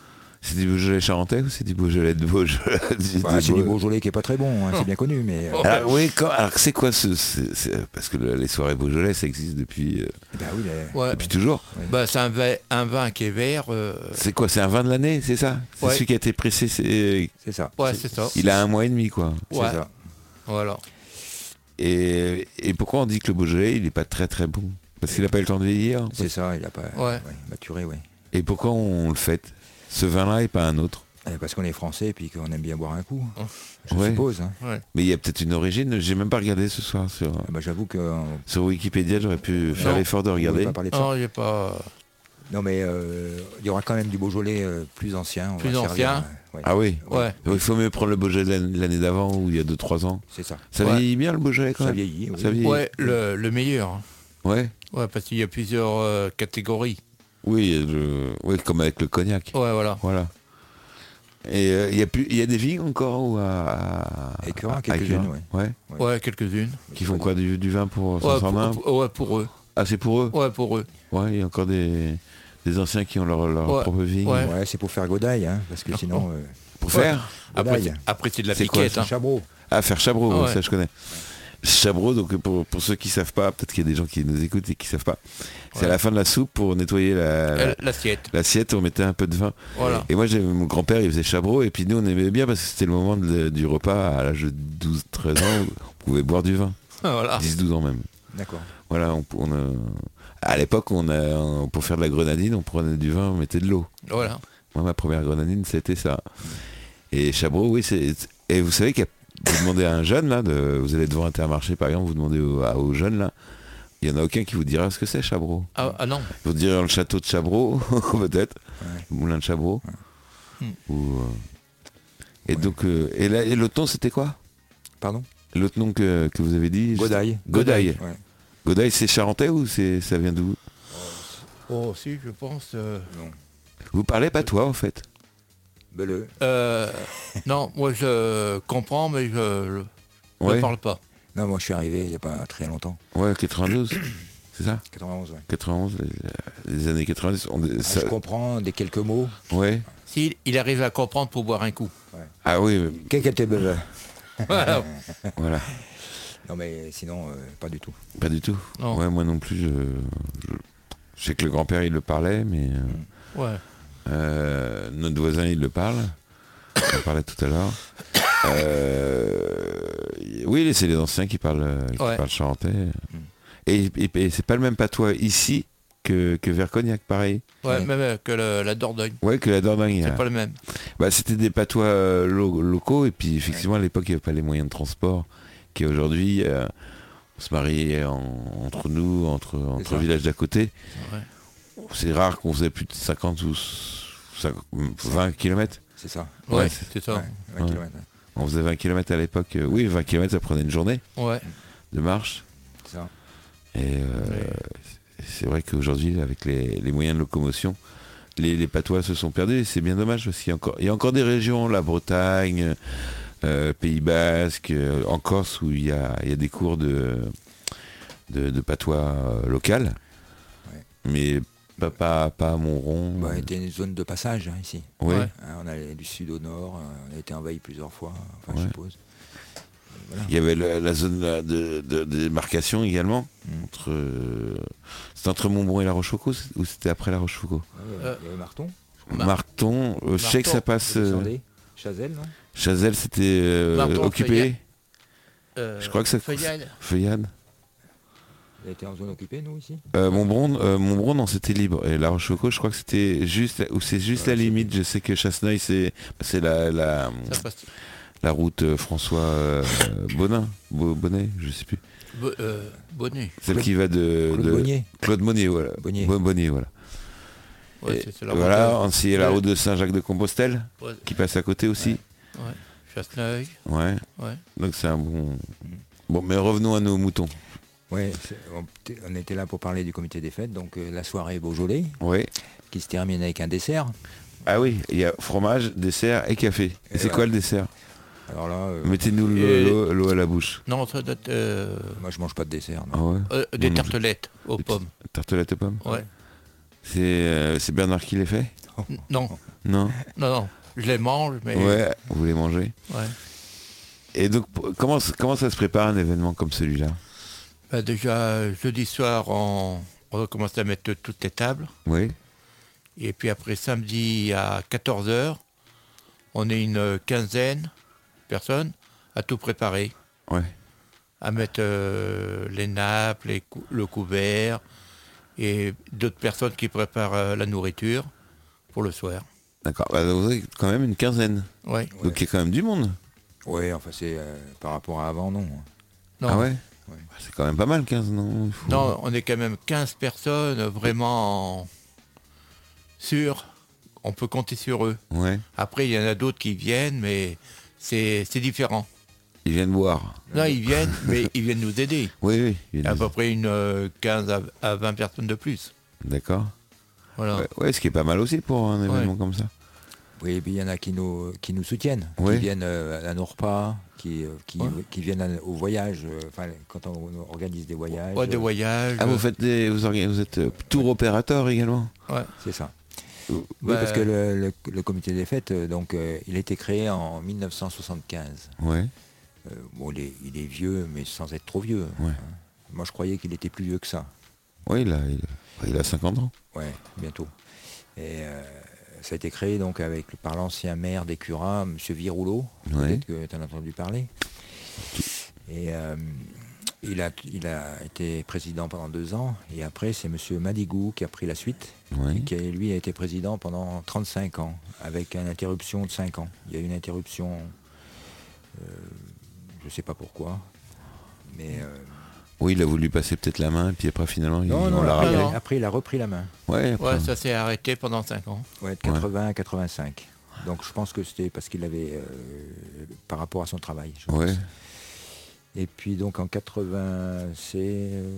A: C'est du Beaujolais charentais ou c'est du Beaujolais de Beaujolais
F: Bah, c'est du Beaujolais qui est pas très bon, hein, c'est bien connu, mais euh,
A: Alors, oui, quand- alors, c'est quoi ce. c'est- c'est- parce que le- les soirées Beaujolais, ça existe depuis, euh,
F: bah oui, là,
G: Ouais.
A: depuis toujours.
G: Bah, c'est un, vin- un vin qui est vert. euh,
A: C'est quoi C'est un vin de l'année, c'est ça C'est
G: Ouais. Oh.
A: celui qui a été pressé, c'est-
F: c'est ça.
G: ouais,
F: c'est
G: c'est ça.
A: il a un mois et demi, quoi.
F: c'est
G: Ouais.
F: ça.
G: Voilà.
A: Et, et pourquoi on dit que le Beaujolais, il n'est pas très très bon Parce qu'il n'a pas eu le temps de vieillir
F: C'est ça, il a pas
G: Ouais.
F: ouais, maturé, ouais.
A: Et pourquoi on le fête Ce vin-là et pas un autre
F: Eh, Parce qu'on est français et puis qu'on aime bien boire un coup, je
A: Ouais.
F: suppose. hein.
A: Mais il y a peut-être une origine, j'ai même pas regardé ce soir sur,
F: Ah bah, J'avoue que on
A: sur Wikipédia, j'aurais pu faire
G: Non.
A: l'effort de
F: ne
A: regarder.
F: pas parler de ça.
G: Non, j'ai pas.
F: Non mais euh, il y aura quand même du Beaujolais euh, plus ancien. on
G: Plus
F: va servir,
G: ancien.
F: euh, ouais.
A: Ah oui
G: Ouais.
A: Il faut mieux prendre le Beaujolais de l'année l'année d'avant ou il y a 2-3 ans.
F: C'est ça.
A: Ça
G: Ouais.
A: vieillit bien le Beaujolais quand
F: Ça
A: même
F: vieillit. oui.
A: Ça vieillit.
G: Ouais, le, le meilleur. hein.
A: Ouais.
G: Ouais, parce qu'il y a plusieurs euh, catégories.
A: Oui, le- ouais, comme avec le cognac.
G: Ouais, voilà.
A: Voilà. Et euh, il y, a plus- il y a des vignes encore ou à. à-
F: Écureuil,
A: à-
F: quelques-unes,
A: Écureuil
F: ouais.
G: Ouais, quelques-unes.
A: Qui font quoi du, du vin pour
G: Ouais,
A: 500
G: pour- pour- ouais, pour eux.
A: Ah, c'est pour eux
G: Ouais, pour eux.
A: Ouais, il y a encore des, des anciens qui ont leur, leur
G: Ouais.
A: propre vigne.
G: Ouais.
F: Ouais, c'est pour faire Godaille, hein, parce que sinon, euh,
A: Pour
G: Ouais.
A: faire
G: Après,
F: Godaille.
G: c'est- après, c'est de la
A: C'est quoi,
G: piquette. hein.
F: Chabreau.
A: Ah, faire Chabreau,
G: Ah ouais.
A: ça je connais. Chabreau, donc pour, pour ceux qui savent pas, peut-être qu'il y a des gens qui nous écoutent et qui savent pas, c'est à
G: Ouais.
A: la fin de la soupe pour nettoyer la- la-
G: Euh, L'assiette. (laughs)
A: l'assiette, on mettait un peu de vin.
G: Voilà.
A: Et moi, j'ai- mon grand-père, il faisait Chabreau, et puis nous, on aimait bien parce que c'était le moment de- du repas à l'âge de 12-13 ans, où on pouvait boire du vin,
G: voilà.
A: 10-12 ans même.
F: D'accord.
A: Voilà, on, on, euh, à l'époque, on a- on- pour faire de la grenadine, on prenait du vin, on mettait de l'eau.
G: Voilà.
A: Moi, ma première grenadine, c'était ça. Et Chabreau, oui, c'est. Et vous savez qu'il y a- Vous demandez à un jeune, là, de... vous allez devant Intermarché, par exemple, vous demandez au- à- aux jeunes, là, il n'y en a aucun qui vous dira ce que c'est, Chabreau.
G: Ah, ah non.
A: Ils vont dire le château de Chabreau, (laughs) peut-être, le moulin de Chabreau. Ou, euh, Et donc, euh, et, là, et l'autre nom, c'était quoi
F: Pardon
A: L'autre nom que, que vous avez dit je-
F: Godaille.
A: Godaille.
F: Ouais.
A: Godaille, c'est charentais ou c'est ça vient d'où
G: Oh, si, je pense. euh,
A: Vous parlez pas toi, en fait.
F: Beleu.
G: euh, non, moi, je comprends, mais je je ne
A: Ouais,
G: parle pas.
F: Non, moi je suis arrivé il n'y a pas très longtemps,
A: ouais
F: (coughs)
A: 92, c'est ça
F: 91. Ouais.
A: 91, les, les années 90, on,
F: Ah,
A: ça-
F: je comprends des quelques mots.
A: ouais.
G: S'il il arrive à comprendre pour boire un
A: (laughs)
G: coup. Euh,
A: Ah oui,
F: (laughs)
A: mais-
F: Quelques
G: Voilà.
A: voilà,
F: Non mais sinon, euh, pas du tout.
A: pas du tout.
G: Non.
A: Ouais, moi non plus, je, je- je sais que le grand-père il le parlait, mais euh,
G: Ouais.
A: euh, notre voisin il le parle. On en parlait tout à l'heure. Euh, oui, c'est les anciens qui parlent, euh, qui
G: Ouais. Mm.
A: parlent charentais. Et, et- et c'est pas le même patois ici que, que vers Cognac, pareil.
G: Ouais, même euh, que le- la Dordogne.
A: Ouais, que la Dordogne.
G: C'est
A: hein.
G: pas le même.
A: Bah, c'était des patois euh, lo- locaux et puis effectivement à l'époque il n'y avait pas les moyens de transport qui aujourd'hui euh, on se mariait en- entre nous, entre, entre
F: ça.
A: villages d'à côté.
G: vrai.
A: C'est rare qu'on faisait plus de 50 ou s- 50 20 km.
F: C'est ça.
A: Ouais,
G: Ouais,
A: c'est-
G: c'est ça.
F: Ouais, 20
A: Ouais.
F: kilomètres, hein, ouais.
A: On faisait 20 km à l'époque. euh, Oui, 20 km, ça prenait une journée
G: Ouais.
A: de marche.
F: C'est ça.
A: Et euh, c'est vrai qu'aujourd'hui, avec les, les moyens de locomotion, les, les patois se sont perdus. et C'est bien dommage parce qu'il y a encore, il y a encore des régions, la Bretagne, euh, Pays Basque, euh, en Corse, où il y a, il y a des cours de, de, de patois euh, local.
F: Ouais.
A: Mais pas, pas, pas à Montrond.
F: Bah, était une zone de passage hein, ici.
A: Ouais.
G: ouais.
F: Hein, on allait du sud au nord, euh, on a été envahi plusieurs fois, enfin
A: Ouais.
F: je suppose.
A: Il y avait la, la zone de, de- de démarcation également.
F: Mm.
A: Entre, euh, c'était entre Montbron et La Rochefoucauld c'est- ou c'était après La Rochefoucauld
G: Euh,
F: Il y avait Marton,
G: Mar-
A: Marton, euh, je sais que ça
G: Marton,
A: passe.
F: vous
A: euh,
F: descendez, Chazelle, non
A: Chazelle c'était euh,
G: Marton,
A: occupé.
G: Feuillade. Euh,
A: Je crois que ça-
G: Feuillade.
A: Feuillade.
F: On a été en zone occupée, nous, ici
A: Euh, Montbron, euh, Montbron, non, c'était libre. Et La Rochefoucauld, je crois que c'était juste, ou c'est juste la limite. Je sais que Chasseneuil, c'est, c'est la, la,
G: Ça passe.
A: la route euh, François euh, Bonin, Bo- Bonnet, je sais plus.
G: Bo- euh, Bonnet.
A: Celle qui va de,
F: Claude
A: de-
F: Bonnier.
A: Claude Monnier, voilà.
F: Bonnier.
A: Bo- Bonnier, voilà.
G: Ouais,
A: Et
G: c'est- c'est la
A: voilà,
G: route
A: ainsi la
G: Ouais.
A: route de Saint-Jacques-de-Compostelle
G: de- ouais,
A: qui passe à côté aussi.
G: Chasseneuil.
A: Ouais.
G: Ouais.
A: Donc c'est un bon. Bon, mais revenons à nos moutons.
F: Ouais, c'est- on, t- on était là pour parler du comité des fêtes, donc euh, la soirée Beaujolais,
A: Ouais.
F: qui se termine avec un dessert.
A: Ah oui, il y a fromage, dessert et café. Et
F: Et
A: c'est
F: voilà.
A: quoi le dessert
F: Alors là, euh,
A: Mettez-nous le-
G: Et-
A: l'eau l'eau à la bouche.
G: Non, ça doit être euh,
F: moi je mange pas de dessert. non.
A: Ah ouais
G: euh, des
A: Non, non, je-
G: tartelettes aux
A: Des
G: pommes.
A: Tartelette aux pommes
G: Ouais.
A: C'est euh, c'est Bernard qui les fait
G: N- Non,
A: Non
G: non, non. Je les mange, mais.
A: Ouais, vous les mangez.
G: ouais.
A: Et donc, pour- comment, s- comment ça se prépare un événement comme celui-là
G: Bah, déjà, jeudi soir, on, on commence à mettre toutes les tables.
A: Oui
G: Et puis après samedi à 14h, on est une quinzaine de personnes à tout préparer,
A: Ouais.
G: à mettre euh, les nappes, les cou- le couvert et d'autres personnes qui préparent euh, la nourriture pour le soir.
A: D'accord. Bah, vous avez quand même une quinzaine.
G: Ouais.
A: Donc il y a quand même du monde.
F: Ouais, enfin c'est euh, par rapport à avant, non. hein.
G: Non,
A: Ah ouais,
F: Ouais.
A: Bah, C'est quand même pas mal 15, non Il faut-
G: non, on est quand même 15 personnes vraiment sûres. On peut compter sur eux.
A: Ouais.
G: Après, il y en a d'autres qui viennent, mais c'est c'est différent.
A: Ils viennent boire.
G: Là, ils viennent, mais ils viennent nous aider.
A: Oui, oui. ils viennent
G: à peu
A: boire.
G: près une euh, 15 à, à 20 personnes de plus.
A: D'accord.
G: Voilà.
A: Ouais, ouais, ce qui est pas mal aussi pour un événement comme ça.
F: Oui, et puis il y en a qui nous, qui nous soutiennent,
A: Ouais.
F: qui viennent euh, à nos repas, qui, euh, qui,
G: Ouais.
F: qui viennent à- au voyage, euh, enfin quand on, on organise des voyages.
G: Ouais, des
F: euh,
G: voyages.
A: Ah, vous faites des, vous, orga- vous êtes euh, tour opérateur également.
F: C'est ça.
A: Ou-
F: Oui, parce
G: bah-
F: que le, le- le comité des fêtes, euh, donc, euh, il a été créé en 1975.
A: Ouais.
F: Euh, bon, il est, il est vieux, mais sans être trop vieux.
A: Ouais.
F: hein. Moi, je croyais qu'il était plus vieux que ça.
A: Oui, il a, il, il a 50 ans.
F: Ouais, bientôt. Et euh, ça a été créé donc avec, par l'ancien maire des Curats, M. Virouleau.
A: Ouais.
F: Peut-être que tu en as entendu parler. Et euh, il, a, il a été président pendant deux ans. Et après, c'est M. Madigou qui a pris la suite.
A: Ouais.
F: qui lui a été président pendant 35 ans, avec une interruption de 5 ans. Il y a eu une interruption, euh, je ne sais pas pourquoi, mais... euh,
A: Oui, il a voulu passer peut-être la main, et puis après finalement, il, on l'a
F: après,
A: rappelé.
F: il a-
G: rappelé.
F: après, il a repris la main,
A: Ouais, après,
G: Ouais, ça s'est arrêté pendant 5 ans.
F: ouais, de 80 à 85. Donc je pense que c'était parce qu'il avait, euh, par rapport à son travail. je pense.
A: Ouais.
F: Et puis donc en 80, c'est... euh,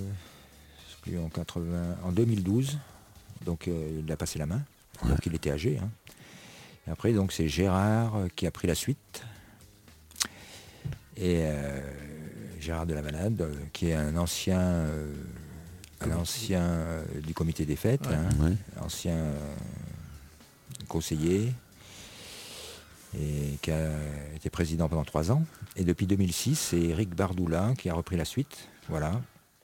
F: je sais plus, en, 80, en 2012, donc euh, il a passé la main, donc il était âgé. hein. Et après donc c'est Gérard euh, qui a pris la suite. Et euh, Gérard de la Malade, euh, qui est un ancien, euh, un ancien euh, du comité des fêtes, hein,
A: Ouais.
F: ancien euh, conseiller, et qui a été président pendant trois ans. Et depuis 2006, c'est Eric Bardoula qui a repris la suite. Voilà.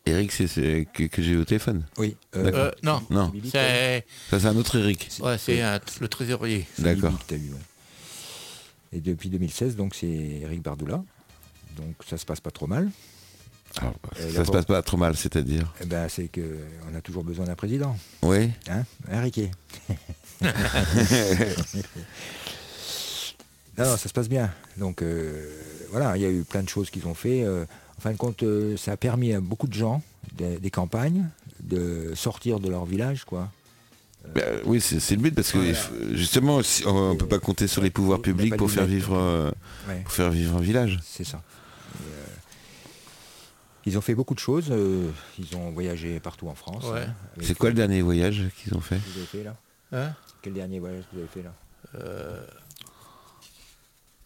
A: Eric, c'est c'est- que, que j'ai eu au téléphone.
F: Oui. euh,
A: D'accord.
G: Euh, non,
A: Non,
F: Bibi, t'as-
G: c'est
A: ça c'est un autre Eric.
G: ouais, c'est un- le trésorier.
F: c'est
A: D'accord.
F: Bibi que t'as eu, ouais. Et depuis 2016, donc c'est Eric Bardoula. Donc ça se passe pas trop mal.
A: Alors,
F: Euh,
A: Ah, bah, ça se
F: d'abord-
A: passe pas trop mal, c'est-à-dire.
F: Eh ben, c'est que on a toujours besoin d'un président.
A: Oui.
F: Hein Hein, Riquet Non, non, ça se passe bien. Donc euh, voilà, il y a eu plein de choses qu'ils ont fait. euh, En fin de compte, euh, ça a permis à beaucoup de gens des, des campagnes de sortir de leur village, quoi. Euh,
A: Ben, oui, c'est c'est le but parce que
F: Voilà.
A: il faut- justement, si- on ne peut pas compter sur les pouvoirs
F: Il y a
A: publics
F: pas de
A: pour faire
F: lunettes.
A: vivre, euh,
F: Ouais.
A: pour faire vivre un village.
F: C'est ça. Et, euh, ils ont fait beaucoup de choses. euh, ils ont voyagé partout en France.
G: Ouais.
F: hein, avec
A: C'est quoi le dernier voyage qu'ils ont fait
F: ce que vous avez fait là
G: Hein
F: Quel dernier voyage que vous avez fait là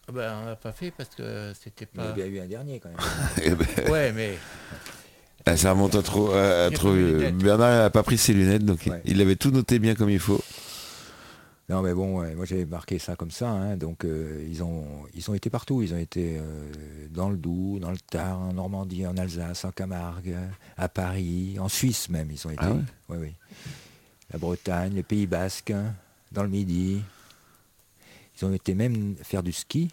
G: Ah ben, on n'a pas fait parce que c'était
F: Il y a
G: pas.
A: Euh.
F: bien eu un dernier quand même.
A: (laughs) Eh ben,
G: (laughs) Ouais, mais
A: ah, Ça remonte à trop. à- à
G: Il y a
A: trop-
G: pas de
A: euh,
G: lunettes.
A: Bernard n'a pas pris ses lunettes, donc il-
F: Ouais.
A: il avait tout noté bien comme il faut.
F: non mais bon, ouais, moi j'avais marqué ça comme ça. hein, donc euh, ils, ont, ils ont été partout. Ils ont été euh, dans le Doubs, dans le Tarn, en Normandie, en Alsace, en Camargue, à Paris, en Suisse même. Ils ont été.
A: Ah ouais
F: Ouais, ouais. La Bretagne, le Pays Basque, dans le Midi. Ils ont été même faire du ski.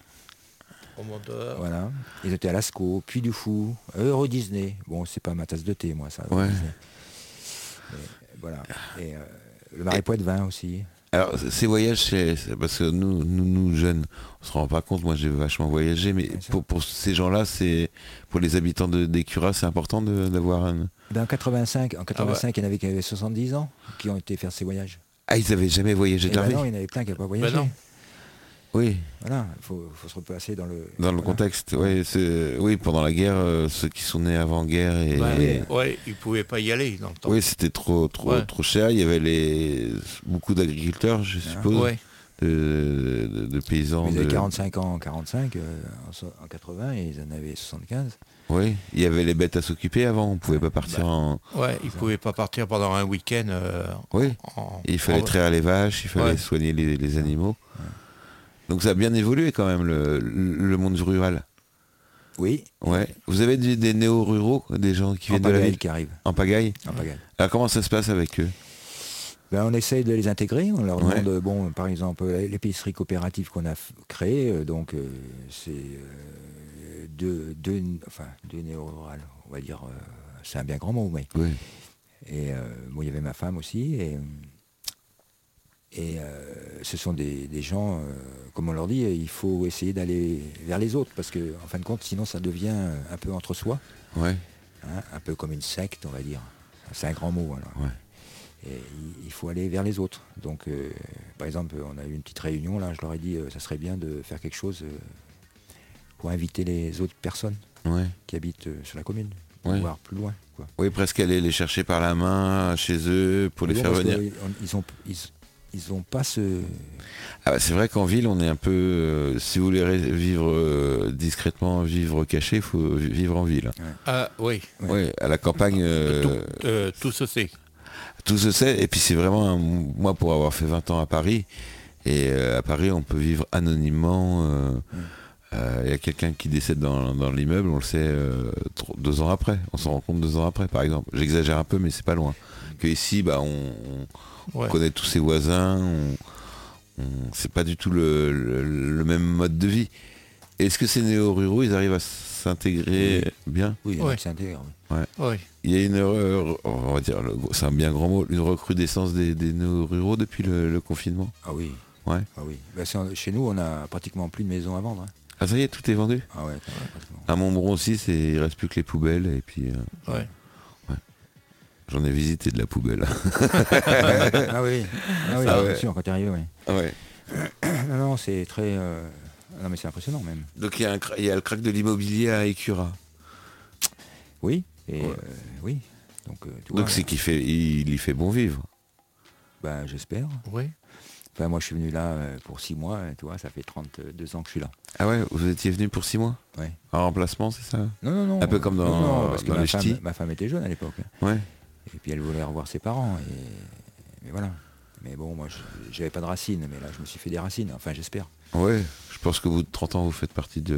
G: au Mont-d'Or,
F: Voilà. Ils étaient à Lascaux, Puy du Fou, Euro Disney. Bon, c'est pas ma tasse de thé, moi, ça. Euro
A: Ouais.
F: Disney. Mais, voilà. Et euh, le marais Poitevin aussi.
A: Alors, c- ces voyages, c'est c'est parce que nous, nous, nous, jeunes, on se rend pas compte. Moi, j'ai vachement voyagé, mais
F: Bien sûr.
A: pour, pour ces gens-là, c'est pour les habitants de, des Curas, c'est important de- d'avoir un.
F: Ben, en 85, en 85 il y en avait qui avaient 70 ans qui ont été faire ces voyages.
A: Ah, ils avaient jamais voyagé
F: Et
A: de leur
F: ben
A: vie.
F: non, il y en avait plein qui n'avaient pas voyagé.
A: Ben
G: non.
A: Oui,
F: Voilà, il faut, faut se replacer dans le...
A: dans le
F: voilà.
A: contexte. Ouais, c'est- oui, pendant la guerre, euh, ceux qui sont nés avant guerre et.
G: Ouais, ouais, ils pouvaient pas y aller dans le temps.
A: Oui, c'était trop, trop,
G: Ouais.
A: trop cher. Il y avait les beaucoup d'agriculteurs, je suppose,
G: Ouais.
A: de, de- de paysans.
F: Ils
A: de-
F: avaient 45 ans en 45, euh, en so- en 80, et ils en avaient 75.
A: Oui, il y avait les bêtes à s'occuper avant. On pouvait pas
G: Bah.
A: partir en.
G: Ouais, ils pouvaient pas partir pendant un week-end. euh,
A: Oui.
G: en-
A: Il fallait
G: en-
A: traire les vaches, il fallait
G: Ouais.
A: soigner les, les animaux. Donc ça a bien évolué quand même le, le monde rural.
F: Oui,
A: Ouais. Vous avez des, des néo-ruraux, des gens qui
F: en
A: viennent de la
F: pagaille
A: ville
F: qui arrive.
A: en pagaille.
F: En pagaille.
A: Alors comment ça se passe avec eux
F: Ben, on essaye de les intégrer, on leur
A: Ouais.
F: demande, euh, bon, par exemple, euh, l'épicerie coopérative qu'on a f- créée, euh, donc euh, c'est euh, deux, deux, enfin, deux néo-rurales, on va dire, euh, c'est un bien grand mot, mais.
A: Oui.
F: Et euh, bon, il y avait ma femme aussi, et, et euh, ce sont des, des gens, euh, comme on leur dit, il faut essayer d'aller vers les autres, parce que, en fin de compte, sinon ça devient un peu entre soi.
A: Ouais.
F: Hein, un peu comme une secte, on va dire. C'est un grand mot. Alors. Et il- il faut aller vers les autres. Donc, euh, par exemple, on a eu une petite réunion là. Je leur ai dit, euh, ça serait bien de faire quelque chose euh, pour inviter les autres personnes
A: Ouais.
F: qui habitent euh, sur la commune,
A: Ouais.
F: voire plus loin. Quoi.
A: Oui, presque aller les chercher par la main chez eux pour les
F: Plus
A: faire
F: loin parce que,
A: venir.
F: euh, on- ils ont, ils, ils ont pas ce.
A: Ah bah, c'est vrai qu'en ville, on est un peu. euh, si vous voulez ré- vivre euh, discrètement, vivre caché, il faut vi- vivre en ville. hein.
G: Ah oui,
A: Oui, à la campagne, euh,
G: tout, euh, tout ceci.
A: tout se sait. Et puis c'est vraiment, un- moi pour avoir fait 20 ans à Paris, et euh, à Paris on peut vivre anonymement. euh,
G: Mm.
A: euh, Il y a quelqu'un qui décède dans, dans l'immeuble, on le sait euh, tro- deux ans après. On s'en rend compte deux ans après, par exemple. J'exagère un peu, mais c'est pas loin. Que ici, bah, on, on- on
G: Ouais.
A: connaît tous ses voisins. on- on- c'est pas du tout le, le- le même mode de vie. Est-ce que ces néo-ruraux, ils arrivent à s'intégrer bien
F: Oui, il y en a
G: Ouais.
F: qui s'intègrent. oui.
G: Oui.
A: il y a une erreur, on va dire, le- c'est un bien grand mot, une recrudescence des, des nos ruraux depuis le, le confinement.
F: Ah oui.
A: Ouais.
F: Ah oui. Ben, c'est- chez nous, on a pratiquement plus de maisons à vendre. hein.
A: Ah ça y est, tout est vendu. (laughs)
F: Ah ouais, quand même, pratiquement.
A: À Montbron aussi, c'est- il reste plus que les poubelles et puis euh,
G: Ouais.
A: j'en ai visité de la poubelle.
F: ah oui. Ah oui,
A: Ah
F: bien
A: ouais.
F: sûr, quand t'es arrivé, oui.
A: Ah ouais.
F: Non, non, c'est très. euh, Non, mais c'est impressionnant même.
A: Donc il y, a un cra- il y a le crack de l'immobilier à Écura.
F: Oui. Et euh, oui. Donc, euh, tu vois,
A: Donc c'est qu'il fait, il y fait bon vivre.
F: bah, j'espère.
G: Oui.
F: Enfin, moi, je suis venu là euh, pour six mois. euh, Tu vois, ça fait 32 ans que je suis là.
A: Ah ouais, vous étiez venu pour six mois
F: Ouais.
A: En remplacement, c'est ça
F: Non, non, non.
A: Un peu comme dans-
F: Non, non, parce que
A: dans
F: ma
A: les
F: femme,
A: ch'tis.
F: ma femme était jeune à l'époque. hein.
A: Ouais.
F: Et puis, elle voulait revoir ses parents. Et, mais voilà. Mais bon, moi, je- j'avais pas de racines. Mais là, je me suis fait des racines. Enfin, j'espère.
A: Ouais. Je pense qu'au bout de 30 ans, vous faites partie de,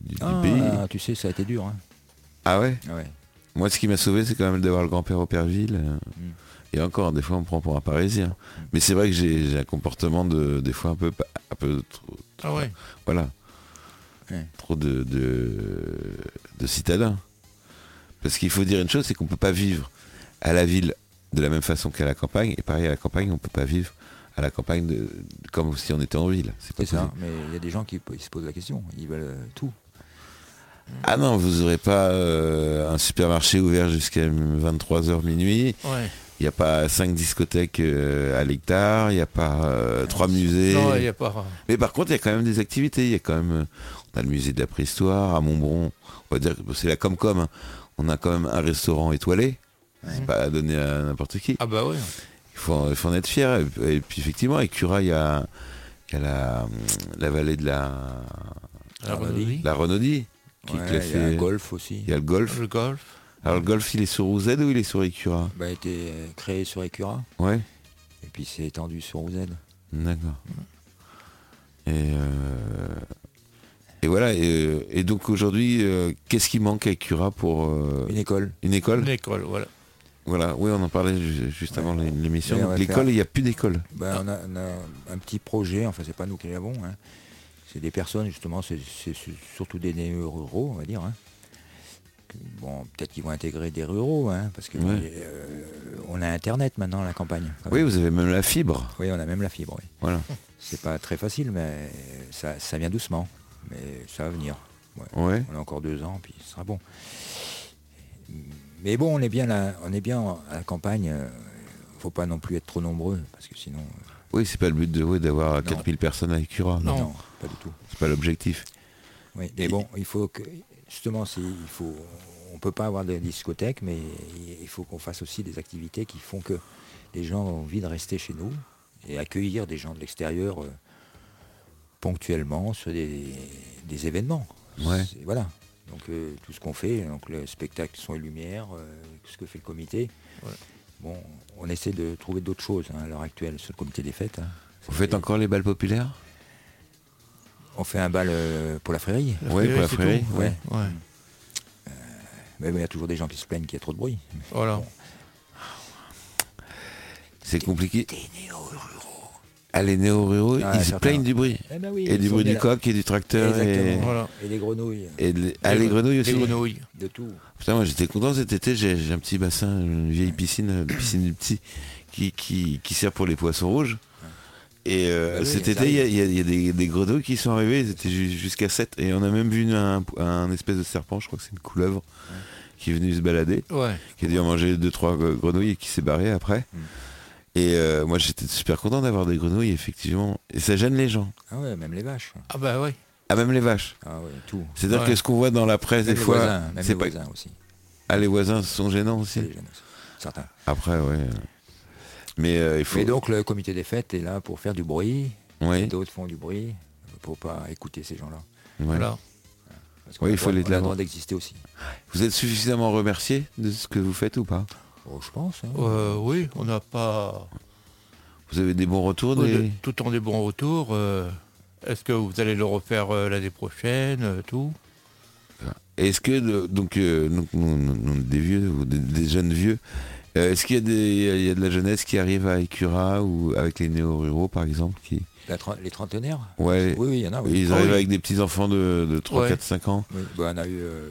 A: du, du
F: Ah,
A: pays.
F: tu sais, ça a été dur. hein.
A: Ah ouais
F: Ah ouais.
A: Moi, ce qui m'a sauvé, c'est quand même d'avoir le grand-père au Perville. euh,
F: Mm.
A: Et encore, des fois, on me prend pour un Parisien. Mais c'est vrai que j'ai j'ai un comportement de, des fois, un peu, pa- un peu trop,
G: Ah ouais.
A: voilà,
F: Ouais.
A: trop de, de, de citadins. Parce qu'il faut dire une chose, c'est qu'on peut pas vivre à la ville de la même façon qu'à la campagne. Et pareil, à la campagne, on peut pas vivre à la campagne de, comme si on était en ville. C'est pas
F: C'est ça.
A: possible.
F: Mais il y a des gens qui po- ils se posent la question. Ils veulent euh, tout.
A: Ah non, vous n'aurez pas euh, un supermarché ouvert jusqu'à 23h minuit.
G: Ouais.
A: Il n'y a pas cinq discothèques euh, à l'hectare. Il n'y a pas euh, trois musées.
G: Non, il n'y a pas.
A: Mais par contre, il y a quand même des activités. Il y a quand même, euh, on a le musée de la préhistoire à Montbron. On va dire que c'est la Comcom. hein. On a quand même un restaurant étoilé. C'est pas donné à n'importe qui.
G: Ah bah oui.
A: Il faut, en- il faut en être fier. Et, puis- et puis effectivement, avec Cura, il y a, il y a la, la vallée de la, Ah,
G: La
A: bah
G: Renaudie.
A: la Renaudie. Qui est
F: Ouais,
A: classée-
F: il y a un golf aussi.
A: il y a le golf.
G: Le golf.
A: Alors le golf, il est sur OZ ou il est sur Écura
F: Bah, a été euh, créé sur Écura
A: Ouais,
F: et puis c'est étendu sur Rouzène.
A: d'accord. Et, euh, et voilà, et, et donc aujourd'hui, euh, qu'est-ce qui manque à Écura pour euh,
F: Une école.
A: une école
G: L'école, voilà.
A: Voilà, oui, on en parlait ju- juste avant l'é- l'émission.
F: Et on
A: Donc,
F: va
A: L'école,
F: faire-
A: il n'y a plus d'école.
F: Ben, on, a, on a un petit projet, enfin c'est pas nous qui l'avons, hein. c'est des personnes justement, c'est c'est su- surtout des néo-ruraux on va dire. hein. Que- Bon, peut-être qu'ils vont intégrer des ruraux, hein, parce que
A: Ouais.
F: euh, on a internet maintenant à la campagne. quand
A: Oui,
F: même.
A: vous avez même la fibre.
F: Oui, on a même la fibre, oui.
A: Voilà.
F: C'est pas très facile, mais ça, ça vient doucement. Mais ça va venir. (laughs) Ouais.
A: Ouais.
F: On a encore deux ans, puis ce sera bon. Mais bon, on est bien, là, on est bien à la campagne. euh, Faut pas non plus être trop nombreux, parce que sinon. euh,
A: Oui, c'est pas le but de ouais, d'avoir
F: Non.
A: 4000 personnes à Écura. Non.
F: non pas du tout.
A: C'est pas l'objectif.
F: Oui, mais bon, il faut que justement, c'est- il faut, on peut pas avoir des discothèques, mais il faut qu'on fasse aussi des activités qui font que les gens ont envie de rester chez nous et accueillir des gens de l'extérieur euh, ponctuellement sur des, des événements.
A: Ouais.
F: C'est- Voilà. Donc euh, tout ce qu'on fait, donc le spectacle son et lumière, euh, ce que fait le comité. Bon, on essaie de trouver d'autres choses hein, à l'heure actuelle sur le comité des fêtes. hein.
A: Vous faites encore les balles populaires
F: On fait un bal euh, pour la frérie.
A: Oui, pour la
G: c'est
A: frérie.
G: tout.
F: Ouais.
G: Ouais.
F: Mais bon, il y a toujours des gens qui se plaignent qu'il y a trop de bruit.
G: Voilà.
A: C'est compliqué. Ah, les néo-ruraux,
F: Ah,
A: ils se
F: certains.
A: plaignent du bruit.
F: Eh ben oui,
A: Et
F: ils
A: du
F: sont
A: bruit
F: bien
A: du
F: là.
A: coq et du tracteur. Et,
F: Exactement.
G: Voilà.
F: Et les grenouilles,
A: et de- ah, les grenouilles aussi.
G: Les grenouilles.
F: de tout.
A: Putain, moi j'étais content cet été, j'ai j'ai un petit bassin, une vieille piscine, euh, la piscine du petit, qui, qui, qui sert pour les poissons rouges. Et euh,
F: Bah oui,
A: cet
F: ça
A: été, il y a, il y a- il y a des, des grenouilles qui sont arrivées, ils étaient ju- jusqu'à 7. Et on a même vu une- un, un espèce de serpent, je crois que c'est une couleuvre, qui est venue se balader.
G: Ouais.
A: qui a dû en manger deux trois gre- grenouilles et qui s'est barré après.
F: Mm.
A: Et euh, moi j'étais super content d'avoir des grenouilles effectivement. Et ça gêne les gens.
F: Ah ouais, même les vaches.
G: Ah bah oui.
A: Ah même les vaches.
F: Ah ouais, tout.
A: C'est-à-dire
G: Ouais.
A: que ce qu'on voit dans la presse
F: Même
A: des
F: les
A: fois,
F: voisins, même
A: c'est
F: les
A: pas.
F: voisins aussi.
A: Ah les voisins sont gênants
F: C'est
A: aussi.
F: les jeunes aussi. Certains.
A: Après ouais. Mais euh, il faut.
F: Mais donc le comité des fêtes est là pour faire du bruit.
A: Oui.
F: D'autres font du bruit pour pas écouter ces gens-là.
A: ouais.
G: Voilà.
F: Parce qu'on
A: Oui,
F: a
A: il faut
F: droit-
A: les
F: on a le
A: avoir.
F: droit d'exister aussi.
A: Vous êtes suffisamment remercié de ce que vous faites ou pas
F: Oh, je pense. hein.
G: Euh, oui, on n'a pas
A: Vous avez des bons retours
G: Oh, de-
A: des-
G: tout en des bons retours. euh, Est-ce que vous allez le refaire euh, l'année prochaine, euh, tout
A: Est-ce que le- donc, euh, donc, nous, nous- nous, des vieux ou des, des jeunes vieux, euh, est-ce qu'il y a, des, il y a de la jeunesse qui arrive à Écura ou avec les néo-ruraux par exemple qui
F: La tre- les trentenaires
A: ouais,
F: Oui, oui, il y en a. Oui.
A: ils
F: Ah
A: arrivent
F: oui.
A: avec des petits enfants de, de 3,
G: Ouais.
A: 4, 5 ans.
F: Oui, bah, on a eu, euh,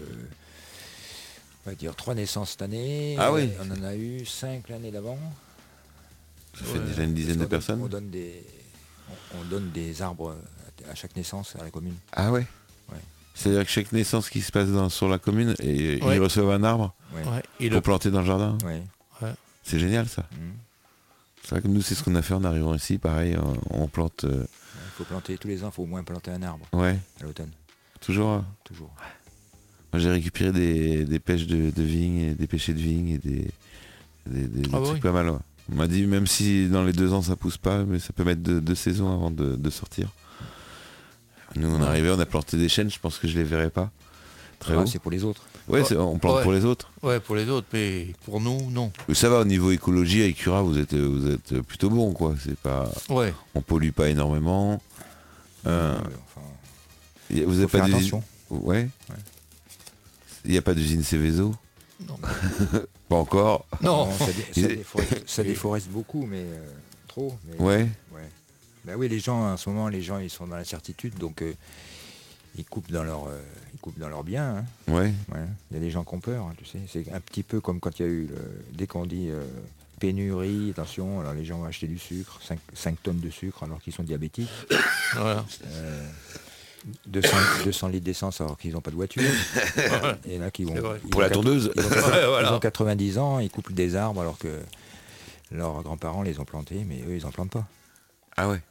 F: on va dire, trois naissances cette année.
A: Ah oui.
F: On en a eu cinq l'année d'avant.
A: Ça fait déjà une dizaine de
F: Parce qu'on
A: personnes.
F: donne- On donne des, on, on donne des arbres à- à chaque naissance à la commune.
A: Ah ouais.
F: Ouais.
A: C'est-à-dire que chaque naissance qui se passe dans- sur la commune, et,
G: Ouais.
A: ils reçoivent un arbre
F: Ouais.
G: Ouais, il
A: pour planter dans le jardin.
F: Ouais.
A: C'est génial ça.
G: Mm.
F: Mhm.
A: C'est vrai que nous c'est ce qu'on a fait en arrivant ici. Pareil, on, on plante. euh,
F: Il faut planter tous les ans, il faut au moins planter un arbre
A: ouais,
F: à l'automne,
A: toujours. euh,
F: toujours.
A: Moi, J'ai récupéré des, des pêches de, de vigne, et des pêchés de vigne et des, des- des- des
G: Ah bah
A: trucs
G: oui.
A: pas mal. ouais. On m'a dit même si dans les deux ans ça pousse pas, mais ça peut mettre deux, deux saisons avant de, de sortir. Nous on est arrivés, on a planté des chênes, je pense que je les verrai pas. Très
F: Ah,
A: haut.
F: c'est pour les autres.
A: Ouais, c'est- on plante
G: Ouais.
A: pour les autres.
G: Ouais, pour les autres, mais pour nous, non.
A: Mais ça va au niveau écologie avec Cura, vous êtes vous êtes plutôt bon quoi. C'est pas,
G: Ouais.
A: on pollue pas énormément. Euh,
F: Euh, enfin,
A: y a- vous
F: faut
A: avez pas
F: faire
A: d'usine-
F: attention.
A: Ouais. Il n'y a pas d'usine Céveso.
G: Non.
A: (laughs) pas encore.
G: Non. (laughs)
F: Non, ça, dé- ça
A: Il-
F: déforeste, ça déforeste beaucoup, mais euh, trop. mais-
A: Ouais.
F: ouais. Bah oui, les gens, en ce moment, les gens, ils sont dans l'incertitude, donc euh, ils coupent dans leur, euh, ils coupent dans leur bien. hein.
A: Ouais.
F: Ouais. Il y a des gens qui ont peur, hein, tu sais. C'est un petit peu comme quand il y a eu, le- dès qu'on dit euh, pénurie, attention, alors les gens vont acheter du sucre, 5, tonnes de sucre alors qu'ils sont diabétiques.
G: Voilà.
F: 200,
G: (coughs)
F: 200 litres d'essence alors qu'ils n'ont pas de voiture. et là, qui vont.
G: C'est vrai.
F: ils
A: Pour
F: ont
A: la
F: quatre-
A: tondeuse.
F: Ils ont,
G: Ouais,
F: ils
G: voilà.
F: ont 90 ans, ils coupent des arbres alors que leurs grands-parents les ont plantés, mais eux, ils n'en plantent pas.
A: Ah ouais.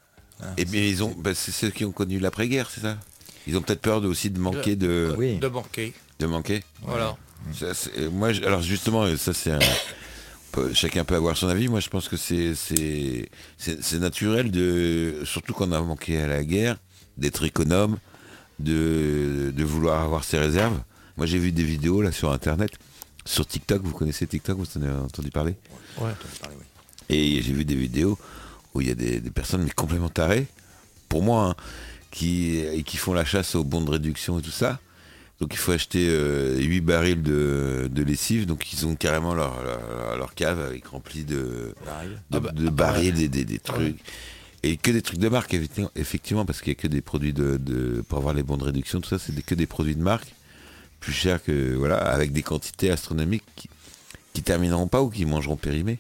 A: Et bien ils ont, bah, c'est ceux qui ont connu l'après-guerre, c'est ça Ils ont peut-être peur de, aussi de manquer de,
F: Oui.
G: Euh. De banquer.
A: de manquer.
G: Voilà.
A: Ça, c'est- moi, je- alors justement, euh, ça c'est un- peut- Chacun peut avoir son avis. Moi, je pense que c'est c'est c'est- c'est naturel de, surtout qu'on a manqué à la guerre, d'être économe, de, de vouloir avoir ses réserves. Moi, j'ai vu des vidéos là sur Internet, sur TikTok. Vous connaissez TikTok Vous en avez entendu parler
G: Ouais.
A: Et j'ai vu des vidéos où il y a des, des personnes mais complètement tarées, pour moi, hein, qui, et qui font la chasse aux bons de réduction et tout ça. Donc il faut acheter 8 barils de, de lessive. Donc ils ont carrément leur, leur, leur cave avec remplie de, de, de barils, des, des- des trucs. Et que des trucs de marque, effectivement- effectivement, parce qu'il n'y a que des produits de, de- Pour avoir les bons de réduction, tout ça, c'est des- que des produits de marque, plus chers que. Voilà, avec des quantités astronomiques qui, qui termineront pas ou qui mangeront périmé.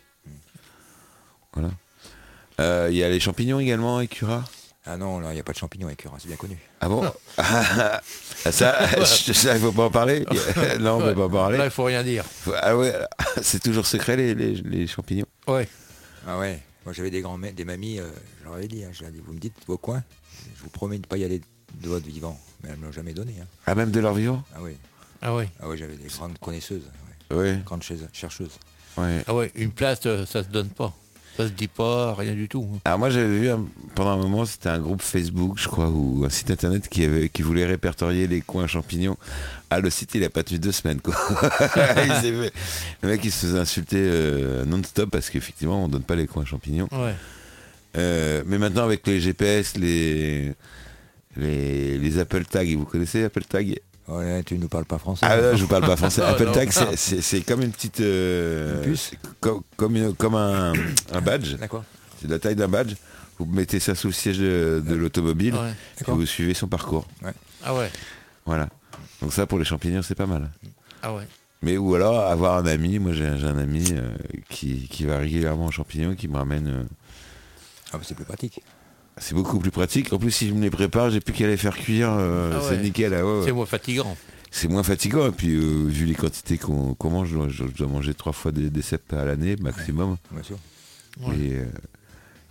A: Voilà. Euh, Il y a les champignons également, écura.
F: Ah non, là, il n'y a pas de champignons avec Cura, c'est bien connu.
A: Ah bon (laughs) Ah, Ça, ça, il faut pas en parler Non, on peut pas en
G: Là,
A: parler.
G: il faut rien dire.
A: Ah ouais, (laughs) c'est toujours secret les, les- les champignons.
G: Ouais.
F: Ah ouais, moi j'avais des grands-mères, des mamies, euh, je leur avais dit, hein, je leur ai dit, vous me dites vos coins, je vous promets de ne pas y aller de votre vivant, mais elles ne me l'ont jamais donné. hein.
A: Ah, même de leur vivant
F: Ah oui,
G: Ah ouais.
F: ah ouais, j'avais des grandes connaisseuses, ouais.
A: Oui.
F: grandes chaises- chercheuses.
A: Ouais.
G: Ah ouais. Une place, euh, ça se donne pas. Ça se dit pas, rien du tout.
A: Alors moi j'avais vu un- pendant un moment c'était un groupe Facebook je crois ou un site internet qui, avait, qui voulait répertorier les coins champignons. Ah le site il a pas tenu deux semaines quoi. (laughs) Il s'est fait- Le mec il se faisait insulter euh, non-stop parce qu'effectivement on donne pas les coins champignons.
G: Ouais.
A: Euh, mais maintenant avec les GPS, les, les, les Apple Tag, vous connaissez Apple Tag
F: Oh là, tu ne nous parles pas français. hein.
A: Ah non, je vous parle pas français.
G: Non,
A: Apple
G: non.
A: Tag, c'est- c'est c'est comme une petite... euh,
F: Une puce
A: comme, comme, une- comme un, un badge.
F: (laughs) D'accord.
A: C'est de la taille d'un badge. Vous mettez ça sous le siège de, de l'automobile
G: Ouais.
A: et vous suivez son parcours.
G: Ah ouais.
A: Voilà. Donc ça pour les champignons c'est pas mal.
G: Ah ouais.
A: Mais ou alors avoir un ami, moi j'ai j'ai un ami euh, qui, qui va régulièrement aux champignons, qui me ramène... euh,
F: Ah bah, c'est plus pratique.
A: C'est beaucoup plus pratique. En plus, si je me les prépare, j'ai plus qu'à les faire cuire. euh,
G: Ah
A: C'est
G: ouais.
A: nickel. ah ouais, ouais.
G: C'est moins fatigant.
A: C'est moins fatigant. Et puis, euh, vu les quantités qu'on qu'on mange, je dois- je, dois manger trois fois des, des cèpes à l'année, maximum.
F: Bien sûr.
G: Ouais.
A: Et, euh,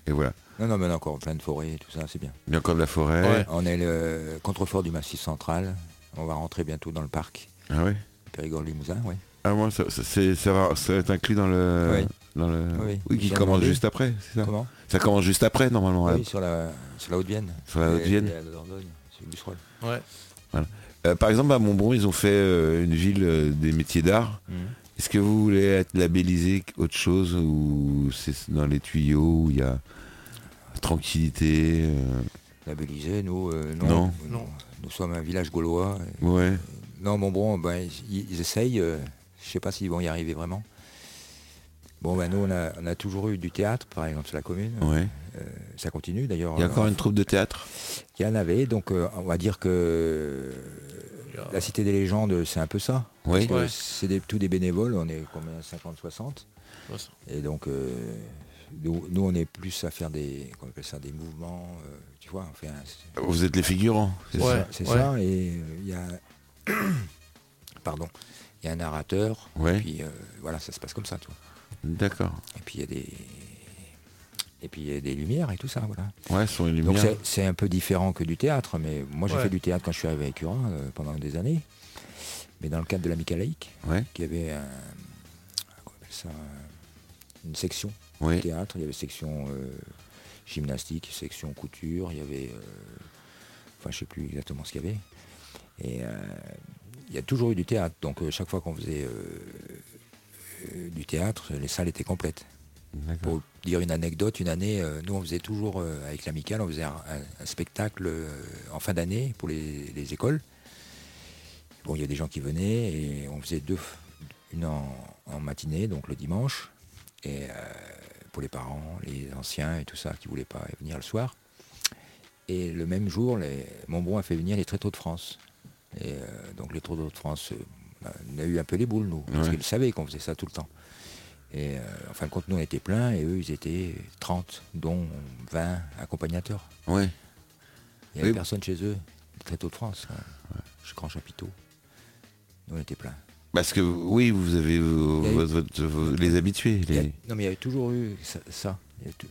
A: et voilà.
F: Non, non, mais on a encore plein de forêts et tout ça, c'est bien.
A: Il y a encore de la forêt.
G: Ouais.
F: On est le contrefort du massif central, on va rentrer bientôt dans le parc,
A: Ah ouais
F: Périgord-Limousin, oui.
A: Ah, moi, ça, ça- c'est- ça va, ça va être inclus dans le.
F: Oui.
A: Dans le...
F: Oui.
A: qui
F: Bien
A: commence
F: demandé.
A: juste après, c'est ça
F: Comment
A: Ça commence juste après, normalement.
F: Oui, sur la, sur la Haute-Vienne.
A: Sur la
F: Et-
A: Haute-Vienne.
F: et La Dordogne, sur le Busserolles.
G: Ouais.
A: Euh, par exemple, à Montbron, ils ont fait euh, une ville euh, des métiers d'art.
F: Mhm.
A: Est-ce que vous voulez être labellisé autre chose ou c'est dans les tuyaux où il y a tranquillité euh,
F: Labellisé, nous, euh, non.
A: Non.
F: Nous, nous sommes un village gaulois.
A: Ouais.
F: Non, bon, bon, ben, ils, ils essayent. euh, je sais pas s'ils vont y arriver vraiment. Bon, ben, nous, on a, on a toujours eu du théâtre, par exemple, sur la commune.
A: Ouais.
F: Ça continue, d'ailleurs.
A: Il y a
F: euh,
A: encore une troupe de théâtre.
F: Il y en avait, donc euh, on va dire que euh, la Cité des légendes, c'est un peu ça.
A: Oui.
F: Parce que
G: Ouais.
F: C'est des- tous des bénévoles, on est combien 50, 60
G: 60.
F: Et donc, euh, nous, nous, on est plus à faire des, qu'on appelle ça, des mouvements, euh, tu vois, on fait un-
A: Vous êtes les figurants. c'est
G: Ouais.
A: ça
F: C'est ça, et euh, il y a. (coughs) Pardon. Il y a un narrateur,
A: Ouais.
F: et puis euh, voilà, ça se passe comme ça, tu vois.
A: D'accord.
F: Et puis il y a des. Et puis il y a des lumières et tout ça, voilà.
A: Ouais, ce sont les
F: Donc
A: lumières.
F: c'est- c'est un peu différent que du théâtre, mais moi j'ai
G: Ouais.
F: fait du théâtre quand je suis arrivé à Curin pendant des années, mais dans le cadre de la Micalaïque,
A: Ouais.
F: qui avait un- comment on appelle ça, un- une section
A: Oui.
F: théâtre, il y avait section euh, gymnastique, section couture, il y avait. euh, enfin, je sais plus exactement ce qu'il y avait. Et euh, il y a toujours eu du théâtre. Donc, euh, chaque fois qu'on faisait euh, euh, du théâtre, les salles étaient complètes.
A: D'accord.
F: Pour dire une anecdote, une année, euh, nous, on faisait toujours, euh, avec l'amicale, on faisait un, un- un spectacle euh, en fin d'année pour les, les écoles. Bon, il y a des gens qui venaient et on faisait deux, f- une en, en matinée, donc le dimanche, et euh, pour les parents, les anciens et tout ça qui voulaient pas venir le soir. Et le même jour, les, Montbron a fait venir les tréteaux de France. Et euh, donc les tréteaux de France, euh, on a eu un peu les boules, nous, parce
A: Ouais.
F: qu'ils savaient qu'on faisait ça tout le temps. Et euh, en fin de compte, nous, on était plein et eux, ils étaient 30, dont 20 accompagnateurs.
A: Ouais.
F: Il n'y avait
A: Oui.
F: personne chez eux. Château de France, ouais. Je- Grand Chapiteau. Nous, on était plein.
A: Parce que oui, vous avez vos-
F: Il y a eu-
A: votre- votre- vos- les habitués.
F: Il y a-
A: les-
F: non, mais il y avait toujours eu ça. ça. Il y a tou-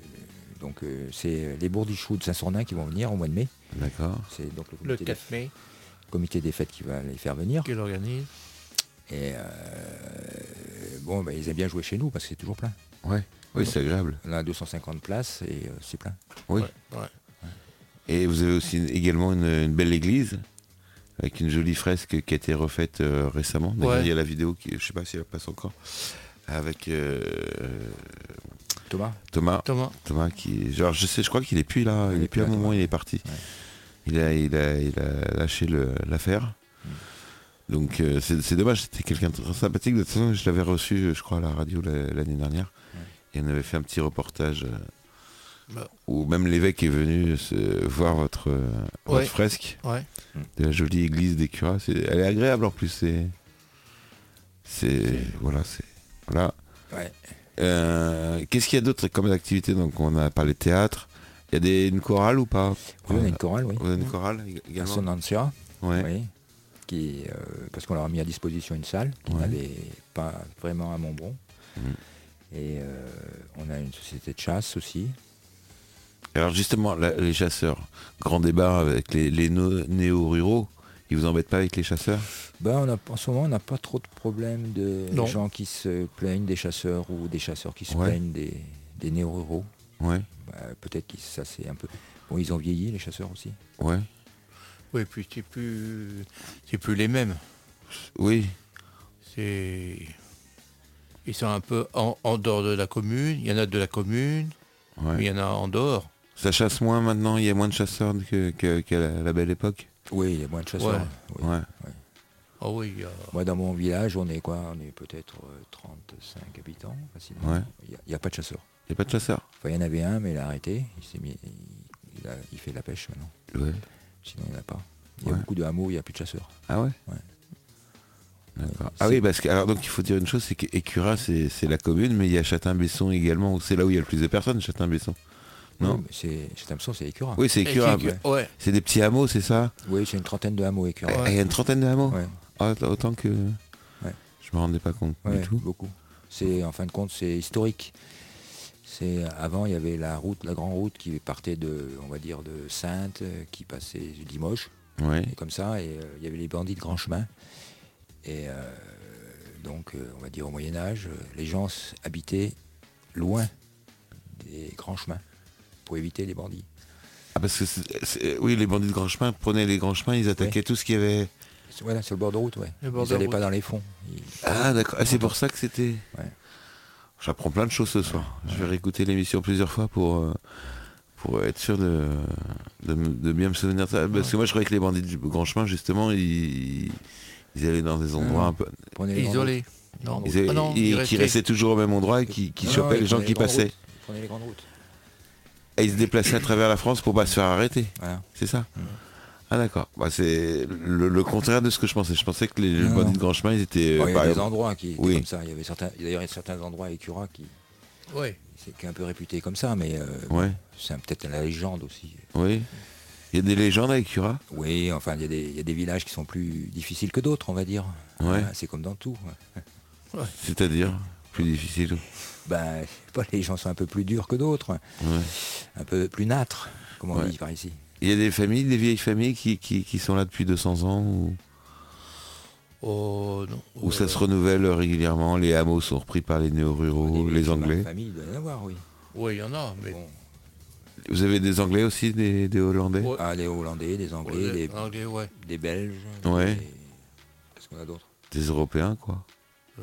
F: Donc, euh, c'est les bourdichoux de Saint-Sornin qui vont venir au mois de mai.
A: D'accord.
F: C'est donc le
G: Le
F: comité,
G: 4 mai,
F: des, comité des fêtes qui va les faire venir.
G: qu'il organise.
F: Et euh, bon, bah, ils aiment bien jouer chez nous parce que c'est toujours plein.
A: Ouais. Oui, c'est agréable.
F: On a 250 places et euh, c'est plein.
A: Oui.
G: Ouais.
A: Et vous avez aussi également une, une belle église avec une jolie fresque qui a été refaite euh, récemment. D'ailleurs,
G: Ouais.
A: Il y a la vidéo qui, je sais pas si elle passe encore, avec euh,
F: Thomas
A: Thomas.
G: Thomas,
A: Thomas qui, genre, je sais, je crois qu'il est plus là. Il est plus à un
F: là,
A: moment,
F: Thomas.
A: il est parti.
F: Ouais.
A: Il a, il a, il a lâché le- l'affaire. Donc euh, c'est c'est dommage, c'était quelqu'un de très sympathique. De toute façon, je l'avais reçu, je crois, à la radio la- l'année dernière. Et on avait fait un petit reportage euh,
G: Bah.
A: où même l'évêque est venu se- voir votre, euh, votre
G: Ouais.
A: fresque
G: ouais.
A: de la jolie église des curats. C'est- Elle est agréable en plus. C'est, c'est, voilà, c'est, voilà.
F: Ouais.
A: Euh, qu'est-ce qu'il y a d'autre comme activité Donc on a parlé de théâtre. Il y a des, une chorale ou pas
F: Oui, on a une chorale, oui.
A: Vous avez une chorale
F: À
A: également
F: Sonancia,
A: Ouais.
F: oui. Qui, euh, parce qu'on leur a mis à disposition une salle qui
A: Ouais.
F: n'avait pas vraiment à Montbron.
A: Mhm.
F: Et euh, on a une société de chasse aussi.
A: Alors justement, la- les chasseurs, grand débat avec les, les no- néo-ruraux. Ils vous embêtent pas avec les chasseurs
F: Ben, on a, en ce moment, on n'a pas trop de problèmes de
G: Non.
F: gens qui se plaignent des chasseurs ou des chasseurs qui se
A: Ouais.
F: plaignent des, des néo-ruraux.
A: Ouais,
F: Ben, Peut-être que ça c'est un peu... Bon, ils ont vieilli, les chasseurs aussi.
A: ouais.
G: Oui, puis c'est plus, c'est plus les mêmes.
A: Oui,
G: C'est, ils sont un peu en, en dehors de la commune. Il y en a de la commune,
A: ouais.
G: mais il y en a en dehors.
A: Ça chasse moins maintenant, il y a moins de chasseurs que- que- qu'à la, la belle époque
F: Oui, il y a moins de chasseurs.
G: Ouais.
F: Oui.
A: Ouais.
G: Ah oui, il y a-
F: Moi, dans mon village, on est quoi On est peut-être euh, 35 habitants, facilement.
A: Ouais.
F: Il n'y a, pas de chasseurs.
A: Il n'y a pas de chasseurs
F: Enfin, il y en avait un, mais il a arrêté. Il, s'est mis, il, il a- il fait de la pêche maintenant.
A: Ouais.
F: Sinon, il n'y en a pas. Il y a
A: Ouais.
F: beaucoup de hameaux, il n'y a plus de chasseurs.
A: Ah ouais
F: Ouais.
A: D'accord. Ah oui, parce que alors donc il faut dire une chose, c'est que Écura c'est c'est la commune, mais il y a Châtain-Besson également, où c'est là où il y a le plus de personnes, Châtain-Besson. Non.
F: Oui, mais c'est c'est Thompson, c'est écurant.
A: Oui, c'est Écura.
G: Et qui- ouais.
A: C'est des petits hameaux, c'est ça Ah,
F: Oui, c'est une trentaine de hameaux écurants.
A: Il y a une trentaine de hameaux.
F: Ouais,
A: Ah, autant que je me rendais pas compte
F: ouais,
A: du tout.
F: beaucoup. C'est en fin de compte, c'est historique. C'est avant, il y avait la route, la grande route qui partait de, on va dire, de Sainte, euh, qui passait Limoges.
A: Ouais.
F: Et comme ça, et, euh, il y avait les bandits de grand chemin. Et euh, donc, euh, on va dire au Moyen Âge, euh, les gens s- habitaient loin des grands chemins pour éviter les bandits.
A: Ah, parce que c'est- c'est- oui, les bandits de grand chemin prenaient les grands chemins, ils attaquaient tout ce qu'il y avait.
F: C'est- Voilà, c'est le bord de route, ouais.
G: Le bord
F: Ils
G: de
F: n'allaient
G: route.
F: pas dans les fonds. Ils-
A: Ah d'accord. Ah, c'est pour ça que c'était.
F: Ouais.
A: J'apprends plein de choses ce soir. Je vais réécouter l'émission plusieurs fois pour, euh, pour être sûr de, de, me- de bien me souvenir de ça. Parce que moi je croyais que les bandits du Grand Chemin, justement, ils, ils allaient dans des endroits
F: non.
A: un peu.
F: ils prenaient les grandes
G: Isolé. Non,
A: ils allaient-
G: Ah non,
A: ils-
G: il
A: qui
G: restait-
A: restaient toujours au même endroit et
F: routes.
A: qui, qui
F: Ah Non,
A: chopaient
F: ils
A: les gens
F: prenaient
A: qui
F: grandes
A: passaient.
F: routes. Ils prenaient les grandes routes.
A: Et ils se déplaçaient à travers la France pour pas se faire arrêter.
F: Voilà.
A: C'est ça Ah d'accord. Bah, c'est le, le contraire de ce que je pensais. Je pensais que les
F: Non.
A: bandits de Grand Chemin, ils étaient. bah,
F: Bon, Oh, il y
A: Euh, par
F: avait des
A: exemple-
F: endroits qui étaient
A: Oui.
F: comme ça. Il y avait certains, d'ailleurs, il y a certains endroits écurats qui,
G: Ouais.
F: c'est qui est un peu réputé comme ça, mais euh,
A: Ouais,
F: c'est un- peut-être la légende aussi.
A: oui. Il y a des légendes avec Cura.
F: Oui, enfin, il y, a des- il y a des villages qui sont plus difficiles que d'autres, on va dire.
A: Ouais.
F: Ah, c'est comme dans tout. ouais.
A: C'est-à-dire plus difficile.
F: Ben, je sais pas, les gens sont un peu plus durs que d'autres,
A: Ouais.
F: un peu plus nâtres, comme on
A: Ouais.
F: dit par ici.
A: Il y a des familles, des vieilles familles qui, qui, qui sont là depuis 200 ans ou,
G: Oh non.
A: ou ça
G: Euh,
A: se renouvelle régulièrement. Les hameaux sont repris par les néo-ruraux,
F: Des-
A: les
F: des-
A: Anglais.
F: ma famille, il doit y en avoir, oui.
G: Oui, il y en a, mais
F: Bon.
A: Vous avez des Anglais aussi, des, des Hollandais
G: Ouais.
F: Ah, des Hollandais, des Anglais,
G: Ouais, Ah.
F: des,
G: en anglais, ouais.
F: des Belges.
A: Ouais.
F: des- Qu'est-ce qu'on a d'autre
A: Des Européens, quoi.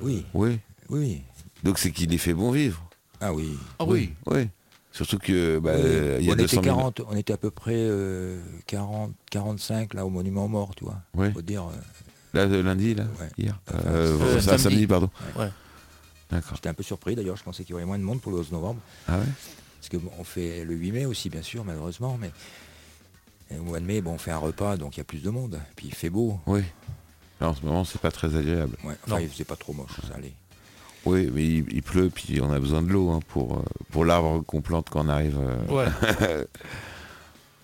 F: Oui,
A: Oui.
F: oui.
A: Donc c'est qu'il les fait bon vivre.
F: Ah oui.
G: Ah oui.
A: Oui. Surtout que bah,
F: Oui.
A: il y a
F: on
A: 200
F: était
A: 000
F: 40, on était à peu près euh, 40, 45 là au monument mort, tu vois.
A: Ouais.
F: Faut dire, euh,
A: Là, euh, lundi, là,
F: Ouais.
A: hier.
F: Enfin,
A: Euh,
G: euh,
A: ça, samedi.
G: samedi.
A: pardon.
G: Ouais.
A: D'accord.
F: j'étais un peu surpris d'ailleurs, je pensais qu'il y aurait moins de monde pour le 11 novembre.
A: Ah ouais
F: Parce que bon, on fait le 8 mai aussi, bien sûr, malheureusement, mais et au mois de mai, bon, on fait un repas, donc il y a plus de monde. Puis il fait beau.
A: Oui. Là, en ce moment, c'est pas très agréable.
F: Ouais.
G: Non.
F: Enfin, il faisait pas trop moche, ça allait.
A: Oui, mais il, il pleut, puis on a besoin de l'eau hein, pour, euh, pour (laughs) l'arbre qu'on plante quand on arrive euh,
G: Ouais.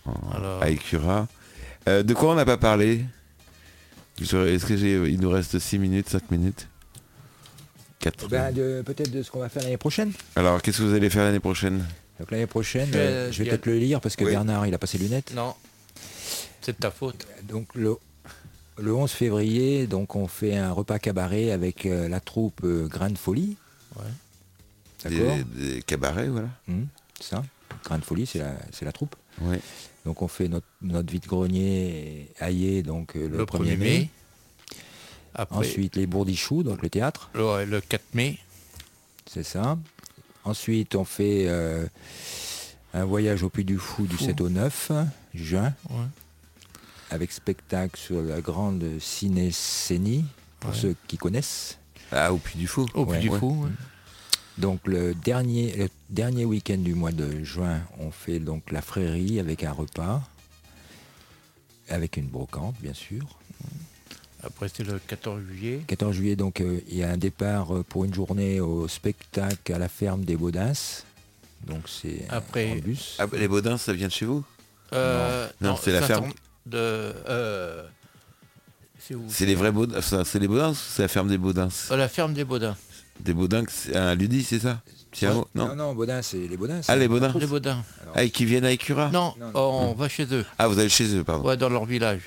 A: en-
G: Alors-
A: à Écura. Euh, de quoi on n'a pas parlé Je- Est-ce que j'ai. Il nous reste 6 minutes, 5 minutes 4
F: Eh ben, de- Peut-être de ce qu'on va faire l'année prochaine.
A: Alors, qu'est-ce que vous allez faire l'année prochaine
F: Donc l'année prochaine,
G: Euh,
F: euh, je vais
G: il y a-
F: peut-être le lire parce que Bernard, il a pas ses lunettes.
G: Non. C'est de ta faute.
F: Donc le, le 11 février, donc on fait un repas cabaret avec euh, la troupe euh, Grain de Folie.
G: Ouais.
F: D'accord
A: des, des cabarets, voilà.
F: Mhm, c'est ça. Grain de Folie, c'est la, c'est la troupe.
A: Ouais.
F: Donc on fait notre, notre vide-grenier haillé donc euh, le, 1er mai.
G: Après,
F: Ensuite les bourdichoux, donc le théâtre,
G: le, le 4 mai.
F: c'est ça. Ensuite on fait euh, un voyage au Puy du Fou du 7 au 9 juin.
G: Ouais.
F: avec spectacle sur la grande ciné-scénie, pour
G: Ouais.
F: ceux qui connaissent.
A: Ah, au Puy du Fou.
G: Au plus
F: Ouais,
G: du
A: ouais.
G: fou. ouais.
F: Donc le dernier, le dernier week-end du mois de juin, on fait donc la frérie avec un repas, avec une brocante bien sûr.
G: Après, c'est le 14 juillet.
F: 14 juillet, donc euh, il y a un départ euh, pour une journée au spectacle à la ferme des Baudins. Donc c'est
G: Après-
F: en bus.
A: Ah, les Baudins, ça vient de chez vous
G: Euh,
A: Non, c'est la ferme.
G: Saint-Orme De, euh, c'est où
A: C'est les vrais Baudins ça, C'est les Baudins ou c'est la ferme des Baudins
G: Euh, La ferme des Baudins.
A: Des Baudins, c'est un Ludi, c'est ça C'est un mot non.
F: non, Baudins, c'est les Baudins.
A: Ah, les
F: Baudins.
A: Baudins
G: Les Baudins.
A: Ah, et qui viennent à Écura
G: Non, oh,
F: non, non.
G: on va chez eux.
A: Ah, vous allez chez eux, pardon.
G: Ouais, dans leur village.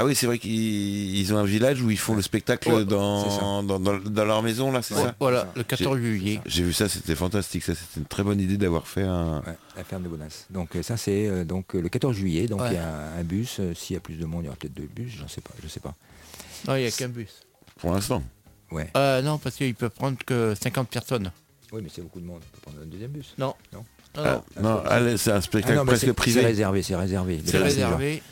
A: Ah oui, c'est vrai qu'ils ils ont un village où ils font le spectacle
G: Ouais,
F: c'est ça.
A: dans, dans, dans- dans leur maison, là, c'est
G: Ouais,
A: ça
G: voilà,
F: ça.
G: le 14 juillet.
A: J'ai vu ça, c'était fantastique. Ça, c'était une très bonne idée d'avoir fait un.
F: Ouais, la ferme de Bonas. Donc euh, ça c'est euh, donc euh, le 14 juillet, donc il
G: Ouais.
F: y a un bus. euh, S'il y a plus de monde, il y aura peut-être deux bus, j'en sais pas, je sais pas.
G: Non, il n'y a qu'un bus.
A: Pour l'instant. Ah.
F: Ouais.
G: Euh, non, parce qu'il peut prendre que 50 personnes.
F: Oui, mais c'est beaucoup de monde. On peut prendre un deuxième bus.
G: Non.
F: Non.
G: Non,
A: Ah,
G: non,
A: non, allez, c'est un
F: Ah
A: spectacle
F: non, mais
A: presque
F: c'est- C'est
A: privé.
F: réservé, c'est réservé.
G: C'est
F: Le-
G: réservé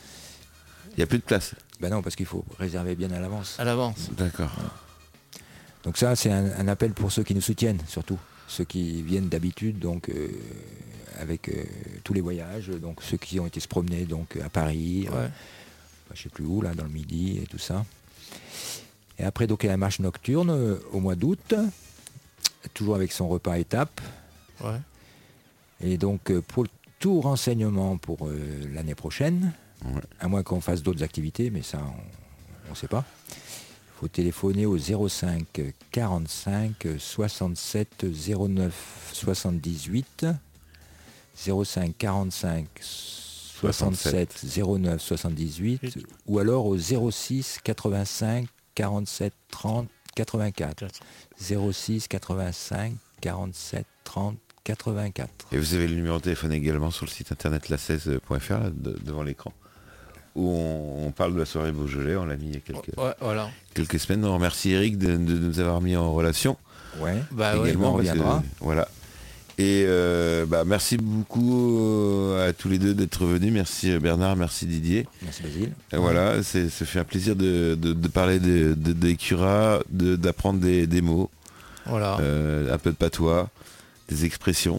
A: Il n'y a plus de place.
F: Ben non, parce qu'il faut réserver bien à l'avance.
A: Ah.
G: à l'avance.
A: D'accord.
F: Donc ça c'est un, un appel pour ceux qui nous soutiennent surtout, ceux qui viennent d'habitude donc euh, avec euh, tous les voyages, donc ceux qui ont été se promener donc à Paris, euh,
G: Ouais.
F: bah, je sais plus où, là, dans le midi et tout ça. Et après, donc, il y a la marche nocturne euh, au mois d'août, toujours avec son repas à étape.
G: ouais.
F: Et donc, euh, pour tout renseignement pour euh, l'année prochaine,
A: Ouais.
F: à moins qu'on fasse d'autres activités, mais ça, on ne sait pas. Il faut téléphoner au 05 45 67 09 78. 05 45 67 09 78 ou alors au 06 85 47 30 84 06 85 47 30 84
A: Et vous avez le numéro de téléphone également sur le site internet la16.fr, là, de- devant l'écran, où on, on parle de la soirée Beaujolais. On l'a mis il y a quelques,
G: Ouais, voilà.
A: quelques semaines. On remercie Eric de, de nous avoir mis en relation.
F: ouais
G: Bah ouais.
A: également.
F: on
A: parce que-
F: reviendra.
A: voilà. Et euh, bah, merci beaucoup euh, à tous les deux d'être venus. Merci euh, Bernard, merci Didier.
F: merci Basile
A: Et voilà, c'est- ça fait un plaisir de, de- de parler de, de, des curas, de- d'apprendre des, des mots,
G: Voilà.
A: euh, un peu de patois, des expressions,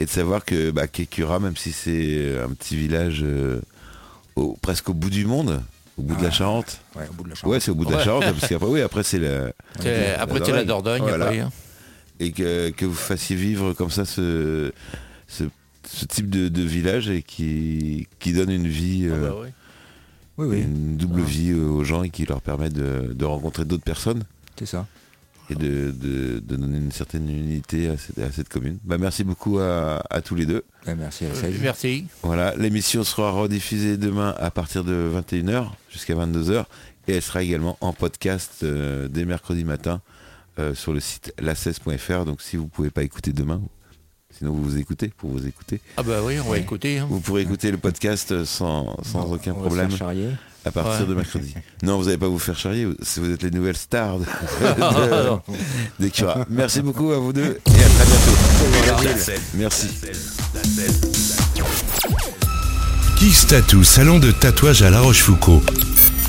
A: et de savoir que bah, Kekura, même si c'est un petit village euh, au- presque au bout du monde, au bout de la
F: Ah.
A: Charente.
F: ouais au bout de la chambre
A: Ouais, c'est au bout de la
G: Ouais.
A: Charente, parce qu'après, oui, après c'est la...
G: C'est- après, c'est la Dordogne.
A: Voilà.
G: après, hein.
A: Et que, que vous fassiez vivre comme ça ce, ce, ce type de, de village et qui, qui donne une vie...
G: Ah
A: euh,
G: bah Ah. ouais.
F: oui oui
A: une double
F: Voilà.
A: vie euh, aux gens et qui leur permet de, de rencontrer d'autres personnes
F: c'est ça
A: et de, de- de donner une certaine unité à cette, à cette commune. Bah, merci beaucoup à, à tous les deux.
F: Ouais, Ben, merci à la
G: Euh,
F: salle.
G: Merci.
A: Voilà, l'émission sera rediffusée demain à partir de 21h jusqu'à 22h et elle sera également en podcast euh, dès mercredi matin euh, sur le site la16.fr. Donc si vous ne pouvez pas écouter demain, sinon vous vous écoutez pour vous écouter,
G: Ah bah oui, on va écouter. hein.
A: vous pourrez écouter le podcast sans, sans
F: Bon,
A: aucun
F: on va se
A: problème.
F: faire charrier.
A: À partir
G: Ouais.
A: de mercredi. Non, vous n'allez pas vous faire charrier, vous- vous êtes les nouvelles stars
F: (laughs)
A: de-
F: Ah,
A: de- des Curas. Merci beaucoup à vous
F: (laughs)
A: deux et à très bientôt.
B: La 16,
A: Merci.
B: la 16.
C: Kix Tattoo, salon de tatouage à La Rochefoucauld.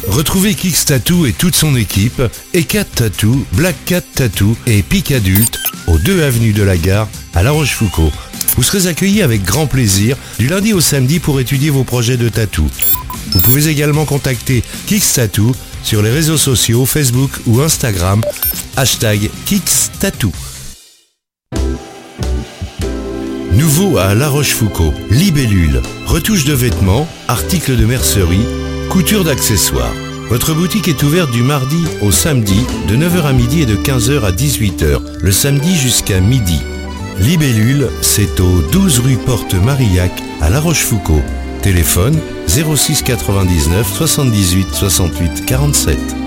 C: Retrouvez Kix Tattoo et toute son équipe, et Cat Tattoo, Black Cat Tattoo et Pic Adulte, aux deux avenues de la gare à La Rochefoucauld. Vous serez accueillis avec grand plaisir du lundi au samedi pour étudier vos projets de tatou. Vous pouvez également contacter Kix Tattoo sur les réseaux sociaux Facebook ou Instagram, hashtag Kix Tattoo. Nouveau à La Rochefoucauld, Libellule, retouche de vêtements, articles de mercerie, couture d'accessoires. Votre boutique est ouverte du mardi au samedi de 9h à midi et de 15h à 18h, le samedi jusqu'à midi. Libellule, c'est au 12 rue Porte Marillac à La Rochefoucauld. Téléphone 06 99 78 68 47.